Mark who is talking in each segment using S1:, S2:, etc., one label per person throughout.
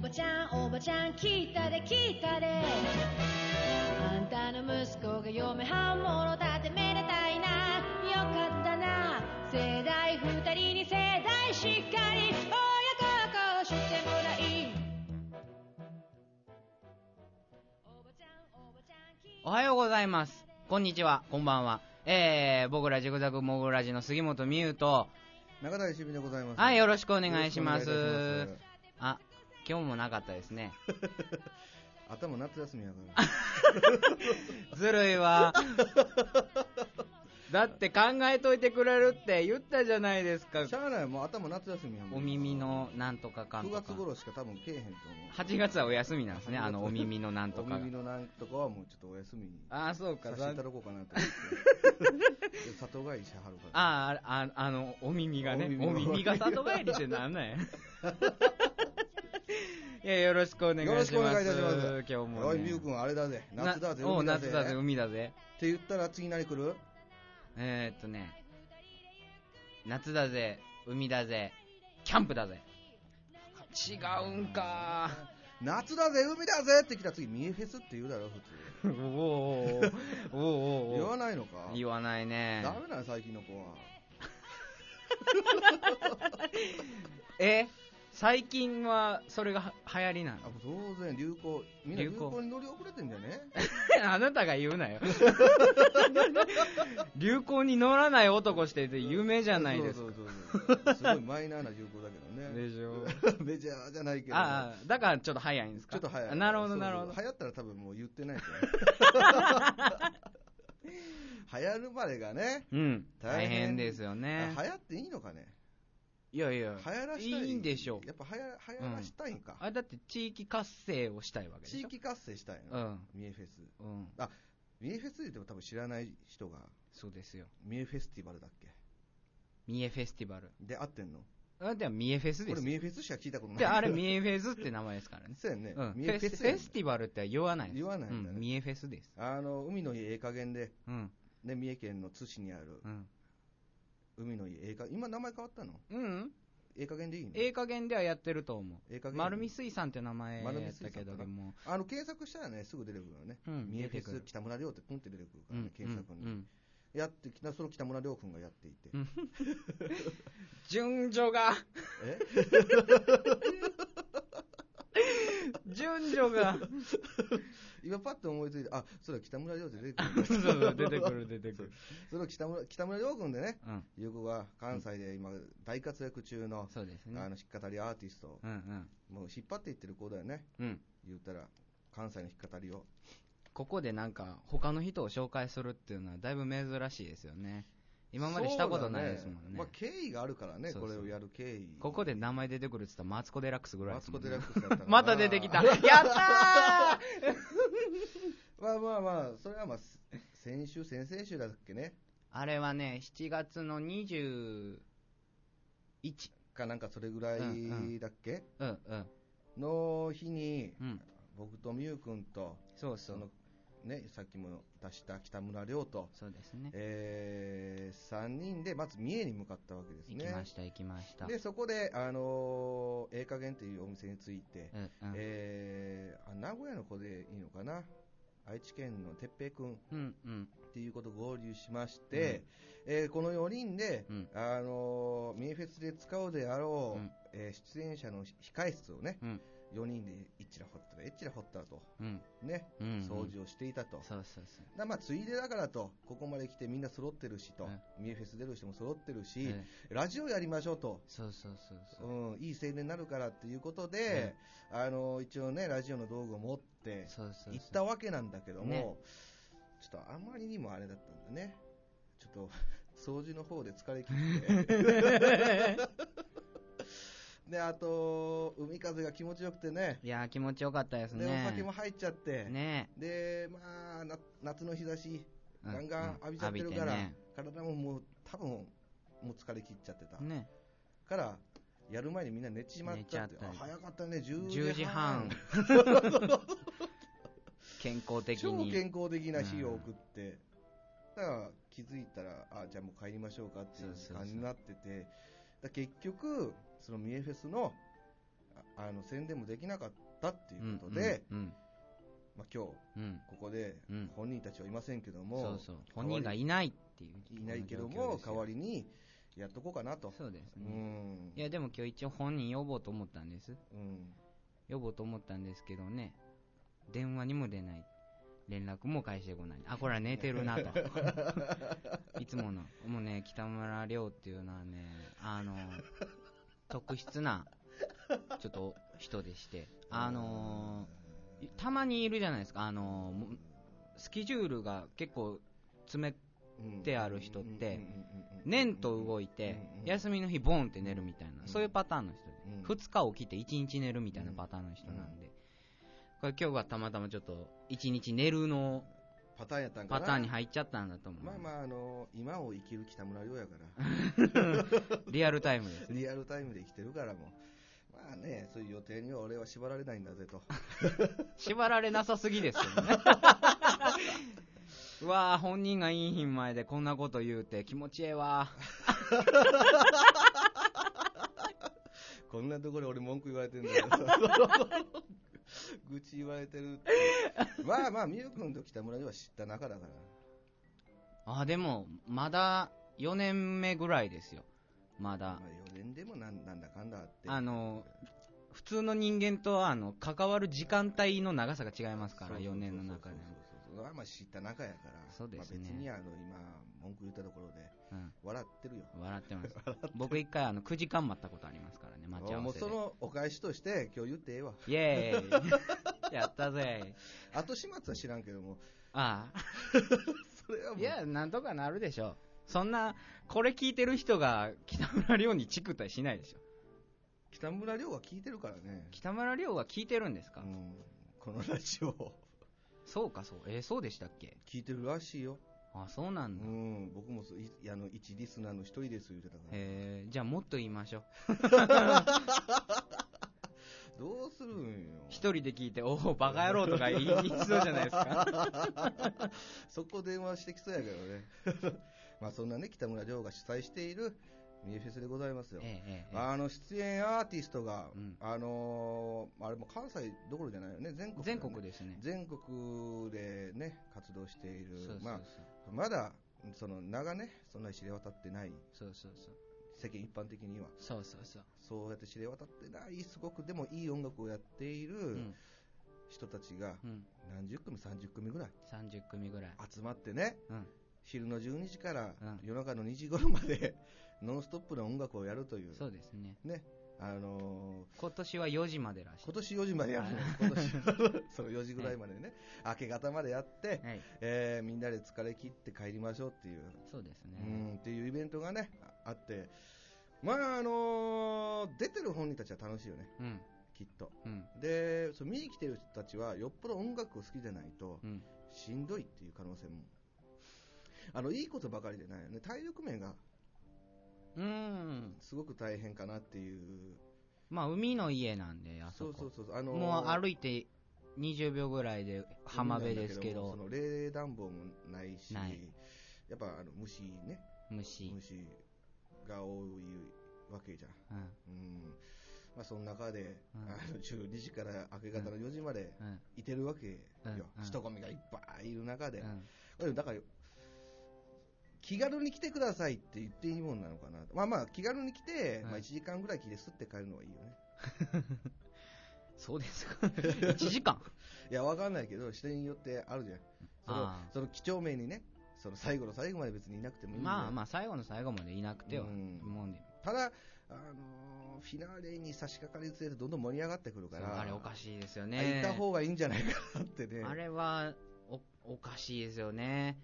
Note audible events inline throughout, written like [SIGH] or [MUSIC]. S1: おばちゃん聞いたで聞いたであんたの息子が嫁はんもろだってめでたいなよかったな世代二人に世代しっかり親孝行してもらいおばちゃんおばちゃん聞い
S2: おはようございます。こんにちは、こんばんは。えー、僕らジグザグモグラジの杉本美優と、
S3: 中田しみでございます。
S2: はい、よ
S3: ろ
S2: ろし
S3: し
S2: くお願いします。
S3: お願いいたし
S2: あ、今日もなかったですね。
S3: ます頭夏休みやから。
S2: ずるい
S3: [LAUGHS]
S2: わ。だって考えといてくれるって言ったじゃないですか [LAUGHS]
S3: し。ゃあない、もう頭夏休みやも
S2: お
S3: ん。
S2: 耳。のなんとかかん
S3: 9
S2: と
S3: 月
S2: か。
S3: 頃しか多分けえへんと思う。
S2: 8月はお休みなんですね、あのお耳のなんとか
S3: お
S2: が
S3: 耳。のなんとかはもうちょっとお休みに
S2: あー、そうか
S3: させ。ていただこうかなと思って。で里帰りしはるから。
S2: あーあ、あの、お耳がね
S3: お。耳
S2: お
S3: の
S2: 耳が里帰りってなん
S3: [LAUGHS]
S2: なんや。いや、よろしくお願いし
S3: よ
S2: ます。
S3: ろしくお願いいたします。
S2: 今日も、ね。
S3: おい、みゆくん、あれだぜ。夏だぜ、
S2: なおう
S3: 海だぜ。
S2: 夏だぜ、
S3: っ
S2: 海だぜ。
S3: て言ったら次何来る
S2: えー、っとね、夏だぜ、海だぜ、キャンプだぜ。違うん
S3: [LAUGHS]
S2: か
S3: 夏だぜ、海だぜって来たら次、ミエフェスって言うだろ、普
S2: お
S3: 通。
S2: ーおーおーおー
S3: 言
S2: おー
S3: わないのか
S2: 言わないね。
S3: ダメなの、最近の子は。
S2: え最近はそれがは流行りなの
S3: あ当然流行みんな
S2: 流
S3: 流
S2: 行
S3: 行に乗り遅れてんじゃね
S2: [LAUGHS] あなたが言うなよ。流行に乗らない男してて有名じゃないです
S3: そう
S2: か。
S3: そうそうそうすごいマイナーな流行だけ
S2: [LAUGHS] でしょ。
S3: どね [LAUGHS] メジャーじゃないけど
S2: ああ、だからちょっと早いんです
S3: ち
S2: か
S3: ょっと流行
S2: あ
S3: る
S2: なるほど、
S3: そうそう
S2: なるほど。
S3: 流行ったら多分もう言ってないから [LAUGHS] 流行るまでがね
S2: うん。大
S3: 大変
S2: 変ですよ
S3: あ
S2: ね。
S3: 流行っていいのかね
S2: いやいや
S3: 流行らしたい
S2: いいんでしょう。
S3: やっぱ流行流行らしたいんか、
S2: あれだって地域活性をしたいわけで
S3: 地
S2: しょ。
S3: 域活性したいの、
S2: うん。
S3: ミエフェス
S2: うん。
S3: ミエフェスって言っても多分知らない人が
S2: そうですよ。
S3: ミエフェスティバルだっけ
S2: 三重フェスティバル。
S3: で合ってんの
S2: あでは三重フェスです
S3: 俺
S2: よ。
S3: ミエフェスしか聞いたことない
S2: で、あれ三重フェスって名前です
S3: [LAUGHS]
S2: からね。
S3: そうやんね。
S2: うん。フ
S3: ミエ
S2: ェ
S3: フェ
S2: ス
S3: ス
S2: フェスティバルって言わないです。
S3: 言わないんだ
S2: う
S3: ね
S2: ん。三重フェスです。
S3: あの、海の家ええ加減で、
S2: うん。
S3: ね、三重県の津市にある
S2: うん。
S3: 海の家ええ加減、今名前変わったの
S2: うん。
S3: ええ加減でいいの
S2: ええ加減ではやってると思
S3: ええ
S2: う。
S3: 加減
S2: 丸見水産って名前やったけど
S3: 丸
S2: も。
S3: あの、検索したらね、すぐ出てくるよね。
S2: うん
S3: 三重フ
S2: 出てく
S3: ェ
S2: る
S3: ス北村亮ってポンって出てくるか
S2: う
S3: ら
S2: ん
S3: ね、。検索に。
S2: うんうん
S3: やってきた、その北村亮君がやってい
S2: [LAUGHS]
S3: て。
S2: うん順序が、 [LAUGHS]
S3: え
S2: 順序が。
S3: 今パッと思いついて、あ、それ北村亮って出て
S2: [LAUGHS]
S3: く
S2: そ
S3: る。
S2: うそう、出てくる出てくる。
S3: その北村、北村亮君でね、
S2: うん。
S3: ゆう子が関西で今大活躍中の、
S2: そうですね
S3: あ。の、弾き語りアーティスト、
S2: うんうん。
S3: もう引っ張っていってる子だよね。
S2: うん。
S3: 言ったら、関西の弾き語りを。
S2: ここでなんか、他の人を紹介するっていうのは、だいぶ珍しいですよね。今までしたことないですもん
S3: そ
S2: ね
S3: う。だまあ、経緯があるからね、
S2: そう
S3: こ
S2: そう
S3: れをやる経緯。
S2: ここで名前出てくるって言ったら、マツコ・デラックスぐらい
S3: マ
S2: です
S3: ツ
S2: も
S3: コ・
S2: んね
S3: デラックスだったかな
S2: また出てきた。やったー
S3: [LAUGHS]
S2: [LAUGHS]
S3: まあまあまあ、それはまあ、先週、先々週だっけね。
S2: あれはね、7月の21。
S3: かなんかそれぐら
S2: うんうん
S3: いだっけ、
S2: うんうん。
S3: の日に、
S2: うん。
S3: 僕とみゆくんと、
S2: そうそ
S3: そうの。、ね、さっきも出した北村亮と、
S2: そうですね。
S3: えー、3人で、まず三重に向かったわけです
S2: 行
S3: ね。
S2: きました、行きました。
S3: で、そこで、あのー、ええ加減っていうお店について、
S2: うんうん。
S3: えーあ名古屋の子でいいのかな愛知県の哲平君
S2: うんうん。
S3: っていうこと合流しまして、えーこの4人で、
S2: うん
S3: あのーミエフェスで使うであろう、
S2: うん
S3: えー出演者の控え室をね、
S2: うん
S3: 4人でいっちらほったらえっちらほったらと、
S2: うん。
S3: ね
S2: うんうん。
S3: 掃除をしていたと、
S2: そうそうそう。
S3: だまあ、ついでだからとここまで来てみんな揃ってるしと、
S2: うん
S3: ミエフェス出る人も揃ってるし、
S2: え
S3: ラジオやりましょうと。
S2: そうそうそうそう。
S3: うん、いい青年になるからっていうことで、あの一応ね、ラジオの道具を持って
S2: そうそうそう。
S3: 行ったわけなんだけども、
S2: ね
S3: ちょっとあまりにもあれだったんだね、
S2: [LAUGHS]
S3: ちょっと掃除の方で疲れ切って、
S2: [LAUGHS]
S3: であと、海風が気持ちよくてね、
S2: いやー気持ちよかったです
S3: で
S2: ね。
S3: お酒も入っちゃって、
S2: ね
S3: でまあ、な夏の日差し、
S2: うん
S3: ガンガン浴びちゃってるから、
S2: うん浴び
S3: 体ももう、多分もう疲れ切っちゃってた。
S2: てねね
S3: から、やる前にみんな寝ちまったって
S2: 寝ちゃった
S3: あ早かったね、10時半。
S2: 10時半健康的
S3: 超
S2: に
S3: 健康的な日を送って、だから気づいたら、あ、じゃあもう帰りましょうかっていう
S2: そうそうそう
S3: 感じになってて、だ結局、そのミエフェスの、ああの、宣伝もできなかっったっていうことで、
S2: うん
S3: まあ、今日
S2: うんうん
S3: ここで
S2: うん
S3: 本人たちはいませんけど
S2: そ
S3: も
S2: う、そう本人がいないっていう
S3: いないけども、代わ
S2: り
S3: りにやっとこうかなと。
S2: そうです
S3: う
S2: ね
S3: ん
S2: いやでも今日一応本人呼ぼうと思ったんです
S3: うん
S2: 呼ぼうと思ったんですけどね電話にも出ない連絡も返してこないあこれは寝てるなといつものもうね北村亮っていうのはねあの特質なちょっと人でしてあのたまにいるじゃないですかあのもうスケジュールが結構詰め
S3: うん
S2: 手ある人って
S3: うん
S2: 年と動いて
S3: うん
S2: 休みの日ボンって寝るみたいな
S3: うん
S2: そういうパターンの人で
S3: うん
S2: 2日起きて1日寝るみたいなパターンの人なんでこれ今日はたまたまちょっと1日寝るの
S3: パターンやったんかな
S2: パターンに入っちゃったんだと思う
S3: まあまああの今を生きる北村亮やから
S2: [LAUGHS] リアルタイム
S3: [LAUGHS]
S2: です
S3: リアルタイムで生きてるからもうまあねそういう予定には俺は縛られないんだ
S2: [LAUGHS]
S3: ぜと
S2: 縛られなさすぎですよ
S3: [LAUGHS]
S2: ねうわー本人がいい日前でこんなこと言うて気持ちええわ
S3: こんなところで俺文句言われてんだよ [LAUGHS] 愚痴言われてるってまあまあ美優君と北村亮は知った仲だから
S2: あでもまだ4年目ぐらいですよまだ
S3: まあ4年でもなんなんだかんだあって
S2: あの普通の人間とはあの関わる時間帯の長さが違いますから、
S3: そうそ
S2: 4
S3: うそうそう
S2: 年の中で
S3: そう。そうそうまあまあ知った仲やから
S2: そうですね
S3: まあ別にあの今文句言ったところで
S2: うん
S3: 笑ってるよ
S2: 笑って
S3: [LAUGHS]
S2: ます。僕一回あの9時間待ったことありますからね、待ち合
S3: も
S2: わ
S3: う
S2: せ
S3: そ
S2: で。
S3: のお返しとして今日言ってええわ
S2: イェーイ
S3: [LAUGHS]
S2: やったぜ。
S3: 後始末は知らんけども
S2: あ
S3: それは
S2: あ。
S3: もう
S2: いや、なんとかなるでしょう。そんな、これ聞いてる人が北村亮にチクったりしないでしょ。
S3: 北村亮は聞いてるからね、
S2: 北村亮は聞いてるんですか、
S3: うん、このラジオを
S2: そうか、そう。えーそうでしたっけ
S3: 聞いてるらしいよ、
S2: あ、そうな
S3: うん
S2: だ。
S3: ん、僕もそういいやあの一リスナーの一人です言ってたから
S2: えーじゃあもっと言いましょう。
S3: どうするんよ
S2: 一人で聞いて、おお、バカ野郎とか言い言いそうじゃないですか。
S3: そこ電話してきそうやけどね [LAUGHS] まあそんなね北村亮が主催しているミエフェスでございますよ、
S2: えええええ
S3: あの出演アーティストが、
S2: うん
S3: あのーあれも関西どころじゃないよね全
S2: え
S3: 国だよ
S2: 全
S3: ね
S2: 国ですね。
S3: 全国でね活動している
S2: そうそうそう。
S3: まあ、まだその名がねそんなに知れ渡ってない
S2: そうそうそう。
S3: 世間一般的には
S2: そうそうそう。
S3: そうやって知れ渡ってないすごくでもいい音楽をやっていうる
S2: ん。
S3: 人たちが
S2: うん。
S3: 何十組30組ぐらい
S2: 30組ぐらい。
S3: 集まってね、
S2: うん
S3: 昼の12時から
S2: うん
S3: 夜中の2時頃まで [LAUGHS] ノンストップの音楽をやるという
S2: そうですね。
S3: ねあの
S2: 今年は4時までらし
S3: ー
S2: い
S3: 今。年4時までやるの今年その4時ぐらい
S2: [LAUGHS]
S3: までね、明け方までやって、
S2: はい。
S3: えーみんなで疲れ切って帰りましょうっていう
S2: そうですね。
S3: [LAUGHS] うんっていうイベントがね、ああって、まあ、あのー出てる本人たちは楽しいよね、
S2: うん。
S3: きっと。
S2: うん。
S3: で、その見に来てる人たちは、よっぽど音楽を好きじゃないと
S2: う、ん。
S3: しんどいっていう可能性も。あの、いいことばかりでないよね。体力面が
S2: うん。
S3: すごく大変かなっていう。
S2: まあ、海の家なんで、あそこ。
S3: そうそうそう。あのー
S2: もう歩いて20秒ぐらいで浜辺ですけ
S3: そ
S2: ど、
S3: の冷暖房もないし、
S2: ない
S3: やっぱあの虫ね、
S2: 虫。
S3: 虫が多いわけじゃん。
S2: うん。
S3: うんまあ、その中で、
S2: うん
S3: あの12時から明け方の4時まで
S2: うん。
S3: いてるわけよ、
S2: うん
S3: 人混みがいっぱいいる中で、
S2: うん。
S3: これだから気軽に来てくださいって言っていいもんなのかな、まあまあ、気軽に来て、
S2: うん
S3: まあ、1時間ぐらい来てすって帰るのはいいよね、
S2: そう
S3: [LAUGHS]
S2: ですか。1時間。
S3: いや、わかんないけど、人によってあるじゃん、その
S2: あー
S3: その几帳面にね、その最後の最後まで別にいなくてもいいんだよ
S2: まあまあ、最後の最後までいなくては、
S3: うん
S2: もうね、
S3: ただ、あのーフィナーレに差し掛かりにつれて、どんどん盛り上がってくるから、
S2: あれおかしいですよ
S3: 行
S2: ね。
S3: った方がいいんじゃないかなってね。
S2: あれはおおかしいですよね。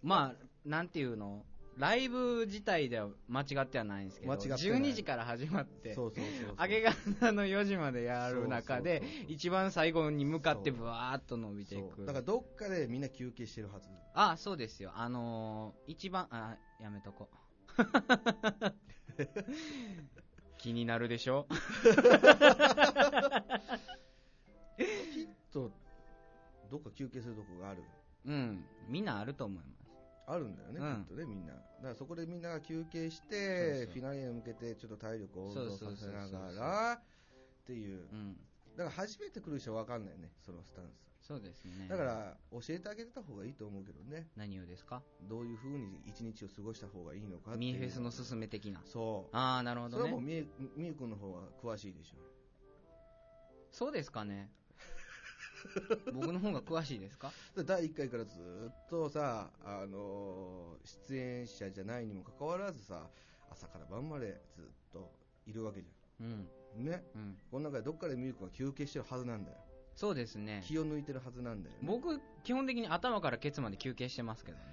S2: まあ、なんていうの、ライブ自体では間違ってはないんですけど、
S3: 間違ってない
S2: 12時から始まって、
S3: そうそうそうそう
S2: 明け方の4時までやる中で
S3: そうそうそう、そう
S2: 一番最後に向かって
S3: そう
S2: ぶわーっと伸びてい
S3: そう
S2: く。
S3: だからどっかでみんな休憩してるはず
S2: ああ、そうですよ。あのー一番、あ、やめとこう。
S3: [LAUGHS]
S2: 気になるでしょ
S3: きっとどっか休憩するとこがある
S2: うん。みんなあると思います。
S3: あるんだよね、
S2: うん
S3: きっとねみんなだからそこでみんなが休憩し
S2: そう
S3: て
S2: そう
S3: フィナーレに向けてちょっと体力を温存させ
S2: そ
S3: な
S2: うそうそう
S3: が
S2: そう
S3: らっていう
S2: うん。
S3: だから初めて来る人は分かんないね、そのスタンス。
S2: そうですね
S3: だから、教えてあげてた方がいいと思うけどね。
S2: 何をですか
S3: どういう風に一日を過ごした方がいいのかっていう。
S2: ミーフェスのすすめ的な
S3: そう。
S2: ああなるほ
S3: そ
S2: ど
S3: れはもう
S2: ね
S3: みゆ、みゆくんの方が詳しいでしょ。
S2: そうですか
S3: [LAUGHS]
S2: ね僕の方が詳しいですか
S3: だから第1回からずっとさ、あのー出演者じゃないにもかかわらずさ、朝から晩までずっといるわけじ
S2: うん
S3: ゃん。ね。
S2: うん
S3: この中でどっかでみゆくんは休憩してるはずなんだよ。
S2: そうですね
S3: 気を抜いてるはずなんだよね、
S2: 僕基本的に頭からケツまで休憩してますけどね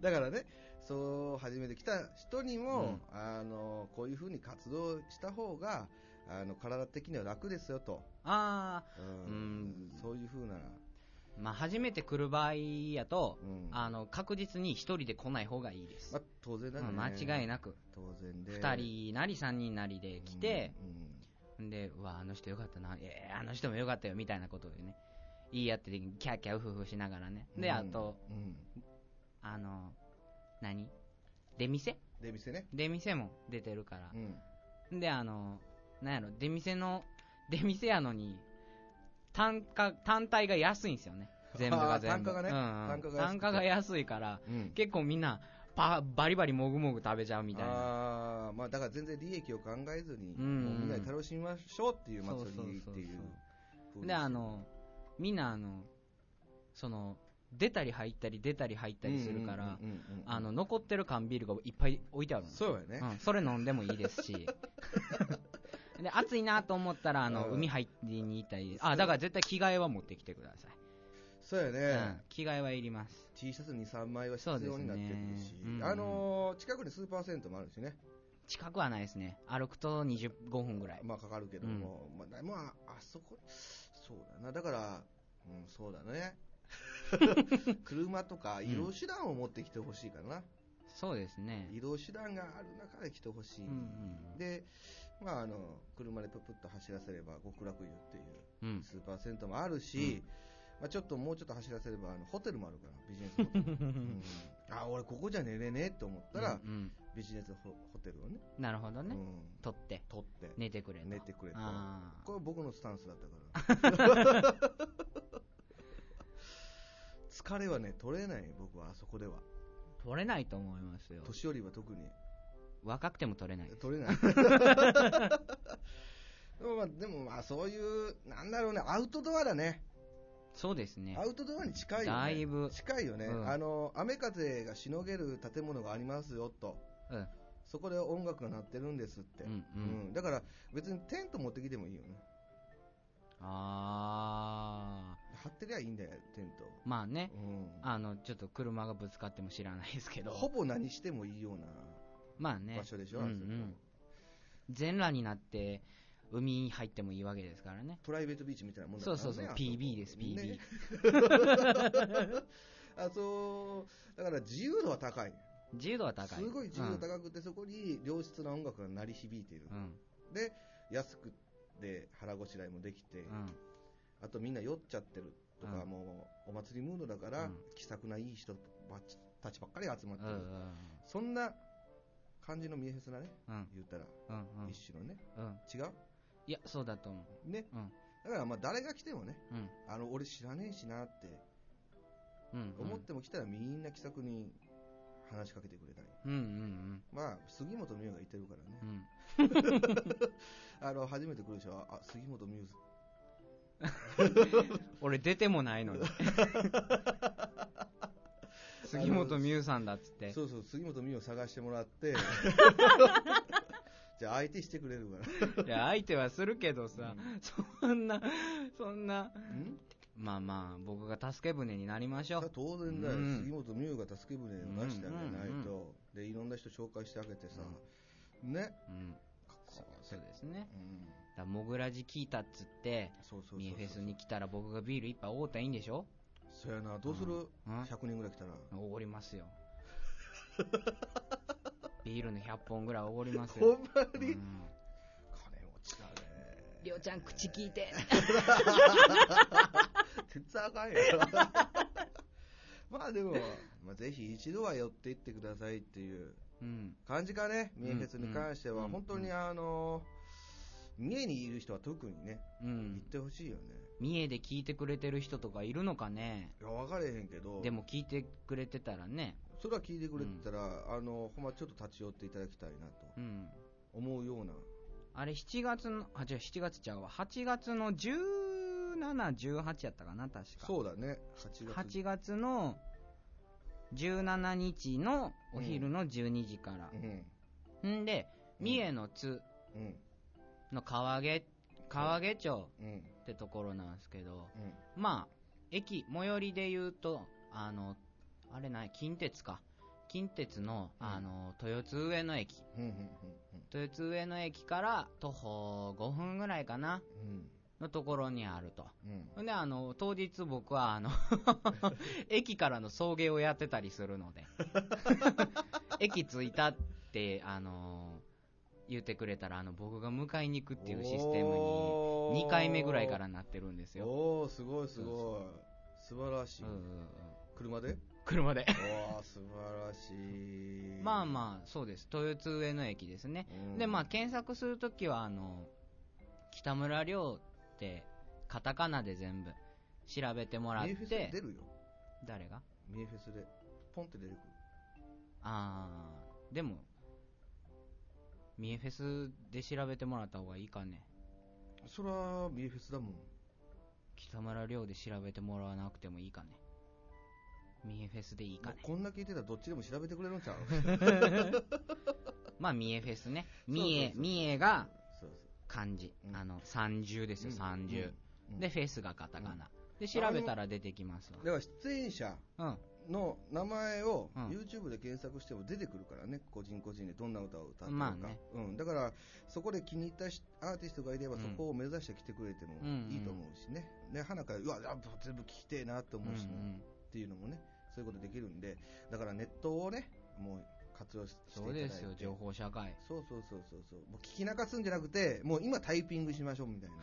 S3: だからね、そう、初めて来た人にも、あの、こういう風に活動した方が、あの、体的には楽ですよと。
S2: ああ
S3: うん
S2: うん
S3: そういう風な、
S2: まあ初めて来る場合やと
S3: うん
S2: あの確実に一人で来ない方がいいです、
S3: まあ、当然だね。
S2: うん間違い
S3: い。
S2: なく
S3: 当然で。
S2: 2人なり3人なりで来て、
S3: うん、うん
S2: んで、うわ、あの人よかったな、えー、あの人もよかったよ、みたいなことでね、言い合って、キャーキャーウフフしながらね。で、
S3: うん
S2: あと、
S3: うん。
S2: あの、何出店
S3: 出店ね。
S2: 出店も出てるから
S3: う。ん。
S2: で、あの、なんやろ、出店の、出店やのに、単価、単体が安いんですよね。全部
S3: あー
S2: が全
S3: 単
S2: 部。
S3: 価がね
S2: うんうん
S3: 単価が安くて
S2: 単価が安いから、
S3: うん。
S2: 結構みんな、ばバリバリもぐもぐ食べちゃうみたいな。
S3: ああ、まあだから全然利益を考えずに、
S2: うん
S3: もうみんなで楽しみましょうっていう祭りっていう
S2: そうそうそう
S3: 風に。
S2: で、あの、みんな、あの、その、出たり入ったり出たり入ったりするから、
S3: うんうんうんうん
S2: あの、残ってる缶ビールがいっぱい置いてあるの。
S3: そうやね。
S2: うん、それ飲んでもいいです
S3: [LAUGHS]
S2: し。で、暑いなと思ったら、あの、
S3: うん
S2: 海入りに行ったり、あ、だから絶対着替えは持ってきてください。
S3: そうや
S2: う
S3: ね
S2: ん。、着替えはいります。
S3: T シャツ2、3枚は必要になってくるし
S2: そうで、すねうん
S3: あのー近くにスーパー銭湯もあるしね、
S2: 近くはないですね。歩くと25分ぐらい。
S3: まあかかるけども、まあ、まあ、あそこ、そうだな、だから、うん、そうだ
S2: [LAUGHS]
S3: ね。車とか移動手段を持ってきてほしいかな、
S2: そうですね。
S3: 移動手段がある中で来てほしい、
S2: うんうん
S3: で、まあ、あの車でプップッと走らせれば極楽湯っていう
S2: うん。
S3: スーパー銭湯もあるし、まあ、ちょっともうちょっと走らせればあのホテルもあるからビジネスホテ
S2: [LAUGHS]
S3: ル、うんあ俺ここじゃ寝れねえと思ったら、
S2: うんうん
S3: ビジネスホホテルをね、
S2: なるほど
S3: うん
S2: ね。、取って、
S3: 取って、
S2: 寝てくれと
S3: 寝てくれと。
S2: あー
S3: これは僕のスタンスだった
S2: [LAUGHS]
S3: から。疲れはね、取れない、僕はあそこでは。
S2: 取れないと思いますよ。
S3: 年寄りは特に。
S2: 若くても取れないです。
S3: 取れない。
S2: [LAUGHS]
S3: でもまあ、でもまあそういう、なんだろうね、アウトドアだね。
S2: そうですね
S3: ア。ウトドアに近いよね。
S2: だいぶ
S3: 近いよね。
S2: うん
S3: あの、雨風がしのげる建物がありますよ、と。
S2: うん。
S3: そこで音楽が鳴ってるんですって。
S2: うんう。
S3: うんんだから別にテント持ってきてもいいよね。
S2: あ
S3: 張ってりゃいいんだよ、テント。
S2: ー。まあね。
S3: うん
S2: あの、ちょっと車がぶつかっても知らないですけ
S3: ほ
S2: ど。
S3: ぼ何してもいいよう
S2: まあ
S3: な
S2: ね
S3: 場。所でしょ、
S2: うんう
S3: あそこ
S2: ん全裸になって、海に入ってもいいわけですからね。
S3: プライベートビーチみたいなもんだか
S2: そ
S3: ら
S2: う
S3: ね
S2: そうそう。
S3: あこ
S2: PB です、PB
S3: ね。 [LAUGHS] あそうだから自由度は高い
S2: 自由度は高い。
S3: すごい自由度高くて、そこに良質な音楽が鳴り響いている、
S2: うんうん。
S3: で安くで腹ごしらえもできて、
S2: うん。
S3: あとみんな酔っちゃってるとか、
S2: うん
S3: もうお祭りムードだから、
S2: うん
S3: 気さくないい人ばっちたちばっかり集まって
S2: う
S3: る、
S2: んうん
S3: そんな感じの見えへスなね
S2: うん。
S3: 言ったら、
S2: うんうん
S3: 一種のね
S2: うん。
S3: 違う
S2: いや、そうだと思
S3: ね、
S2: うん
S3: だからまあ誰が来てもね
S2: う。うん。
S3: あの俺知らねえしなって
S2: うん。
S3: 思っても来たらみんな気さくに話しかけてくれたり、
S2: うんうん
S3: まあ杉本美優がいてるからね
S2: うん。う、ん。
S3: あの初めて来る人はあ杉本美優
S2: 俺出てもないのに杉本美優さんだっつって
S3: そうそう杉本美優を探してもらって
S2: [LAUGHS]
S3: じゃあ相手してくれるから
S2: いや相手はするけどさ、そんなそんな
S3: うん
S2: まあまあ僕が助け舟になりましょ
S3: さ
S2: う
S3: 当然だよ、
S2: うん
S3: 杉本美優が助け舟を出してあげないと、でいろんな人紹介してあげてさ、ね
S2: うんそうそうですね
S3: うん
S2: だからモグラジ聞いたっつって
S3: そうそうそうそう
S2: ミーフェスに来たら僕がビール一杯おうたらいいんでしょ
S3: そうやなどうする、
S2: うん
S3: 100人ぐらい来たら
S2: おごりますよビールの100本ぐらいおごります
S3: ほ
S2: よ
S3: んま
S2: う
S3: に、金持
S2: ん
S3: ちだね
S1: りょうちゃん口聞いて
S3: 鉄あかんよまあでも、まあ、ぜひ一度は寄っていってくださいっていう
S2: うん
S3: 感じかね、
S2: うん
S3: 民フェスに関しては、
S2: うん
S3: 本当にあの三重にいる人は特にね、
S2: う
S3: 行っ
S2: ん
S3: てほしいよね。
S2: 三重で聞いてくれてる人とかいるのかね
S3: いや、分かれへんけど、
S2: でも聞いてくれてたらね
S3: それは聞いてくれてたら、あの、ほんまちょっと立ち寄っていただきたいなと
S2: うん
S3: 思うような。
S2: あれ7月のあ違う7月ちゃうわ8月の1718やったかな確か
S3: そうだね、8月。
S2: 8月の17日のお昼の12時から
S3: う、ん。
S2: んで
S3: うん
S2: 三重の津
S3: うん。
S2: の川毛川毛町
S3: うん。
S2: ってところなんですけど
S3: うん。
S2: まあ駅最寄りで言うとあのあれない近鉄か近鉄の
S3: うん
S2: あの豊津上野駅
S3: うん。うん。
S2: 豊津上野駅から徒歩5分ぐらいかな
S3: うん。
S2: のところにあると
S3: うん。
S2: ほんであの当日僕はあ
S3: [LAUGHS]
S2: の駅からの送迎をやってたりするの
S3: [LAUGHS]
S2: で駅着いたってあの言ってくれたらあの僕が迎えに行くっていうシステムに2回目ぐらいからなってるんですよ、
S3: おおーすごいすごい
S2: そ
S3: 素晴らしい、
S2: うんうんうん、[LAUGHS]
S3: 車で
S2: 車で
S3: おお素晴らしい
S2: まあまあそうです豊津上野駅ですね、
S3: うん
S2: でまあ検索するときはあの北村亮ってカタカナで全部調べてもらっ
S3: ミエフェスで
S2: て
S3: 出るよ
S2: 誰が
S3: ミエフェスでポンって出る
S2: あーでもミエフェスで調べてもらった方がいいかね
S3: そりゃミエフェスだもん
S2: 北村亮で調べてもらわなくてもいいかねミエフェスでいいかね
S3: もうこんだけ言ってたらどっちでも調べてくれるんちゃう
S2: まあミエフェスね
S3: うそうそう
S2: [LAUGHS] ミエミエが
S3: そう
S2: 漢字、
S3: うん
S2: あの30ですよ
S3: うん
S2: 30、
S3: うん
S2: でフェスがカタカナ、で調べたら出てきます
S3: だから出演者
S2: わうん
S3: の名前を
S2: うん
S3: YouTube で検索しても出てくるからね、個人個人でどんな歌を歌ってるか、
S2: まあね
S3: うん、だからそこで気に入ったしアーティストがいれば
S2: うん
S3: そこを目指して来てくれても
S2: うんうん
S3: いいと思うしね、で花からうわ、やっぱ全部聴きてえなと思うし、ね
S2: うんうん
S3: っていうのもね、そういうことできるんで、だからネットをね、もう活用していた
S2: そ
S3: だ
S2: う
S3: いて、
S2: ですよ情報社会
S3: そうそうそうそうそう、もう聞き流すんじゃなくて、もう今タイピングしましょう
S2: [LAUGHS]
S3: みたいな、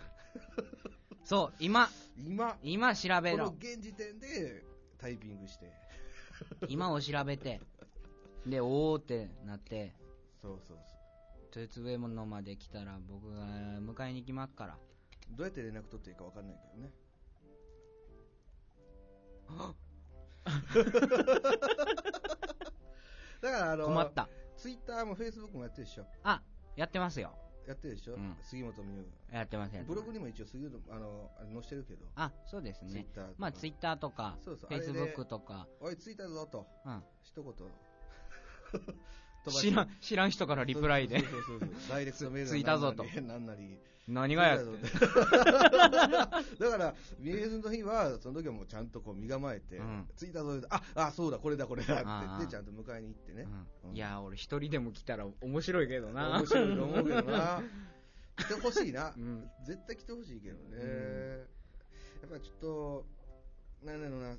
S2: そう今
S3: 今、
S2: 今調べ
S3: この
S2: ろ
S3: 現時点でタイピングして、
S2: 今を調べてでおーってなって
S3: そうそうそう。
S2: 豊津上野まで来たら僕が迎えに来ますから
S3: どうやって連絡取っていいか分かんないけどね。だからあの、
S2: 困った
S3: ツイッターもフェイスブックもやってるでしょ。
S2: あやってますよ
S3: やってるでしょ、
S2: うん
S3: 杉本美
S2: やってますや
S3: 優。
S2: ってます
S3: ブログにも一応杉本、あの、あれ載してるけど、
S2: あそうです
S3: ツイッ
S2: ね
S3: ターとか
S2: まあツイッターとか
S3: そうそう
S2: フ
S3: あ
S2: ェ
S3: れ
S2: イ
S3: で
S2: スブックとか
S3: おい、ツイッターぞと、
S2: うん
S3: 一言。
S2: 知ら
S3: ん
S2: ん知らん人からリプライで
S3: そうそうそうそうダイレクトメール
S2: ツイッターぞと
S3: なんなり。
S2: [LAUGHS] 何がやって
S3: [LAUGHS] だから、ミエズの日は、その時はもうちゃんとこう身構えて、
S2: うん
S3: ツイッターぞで、ああ、そうだ、これだ、これだって
S2: あ
S3: 言
S2: あ
S3: って、ちゃんと迎えに行ってね。
S2: うんいやー俺一人でも来たら面白いけどな
S3: 面白いと思うけどな。来てほしいな。
S2: うん
S3: 絶対来てほしいけどね。
S2: う
S3: やっぱりちょっと、なんだろうな、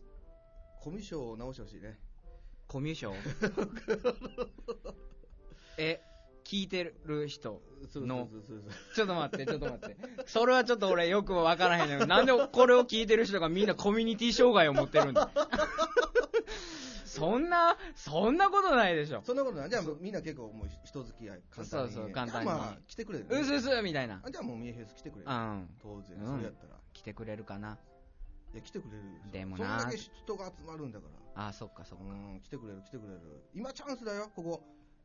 S3: コミュ障を直してほしいね。
S2: [LAUGHS] コミュ [LAUGHS] 障え聞いてる人
S3: そうそうそうそう
S2: ちょっと待ってちょっと待ってそれはちょっと俺よくわからへんねんなんでこれを聞いてる人がみんなコミュニティ障害を持ってるんだ [LAUGHS] そんなそんなことないでしょ
S3: そんなことない。じゃあもうみんな結構もう人付き合い簡単に、
S2: そうそう簡単に
S3: じゃあまあ、来てくれる、
S2: うすうすみたいな
S3: あじゃあもうミエフェス来てくれる。
S2: うん
S3: 当然、
S2: うん
S3: それやったら。
S2: 来てくれるかない
S3: や、来てくれるよ。
S2: でも
S3: そん
S2: な
S3: だけ人が集まるんだから。
S2: あーそっかそっか
S3: うん、来てくれる、来てくれる。今チャンスだよ、ここ。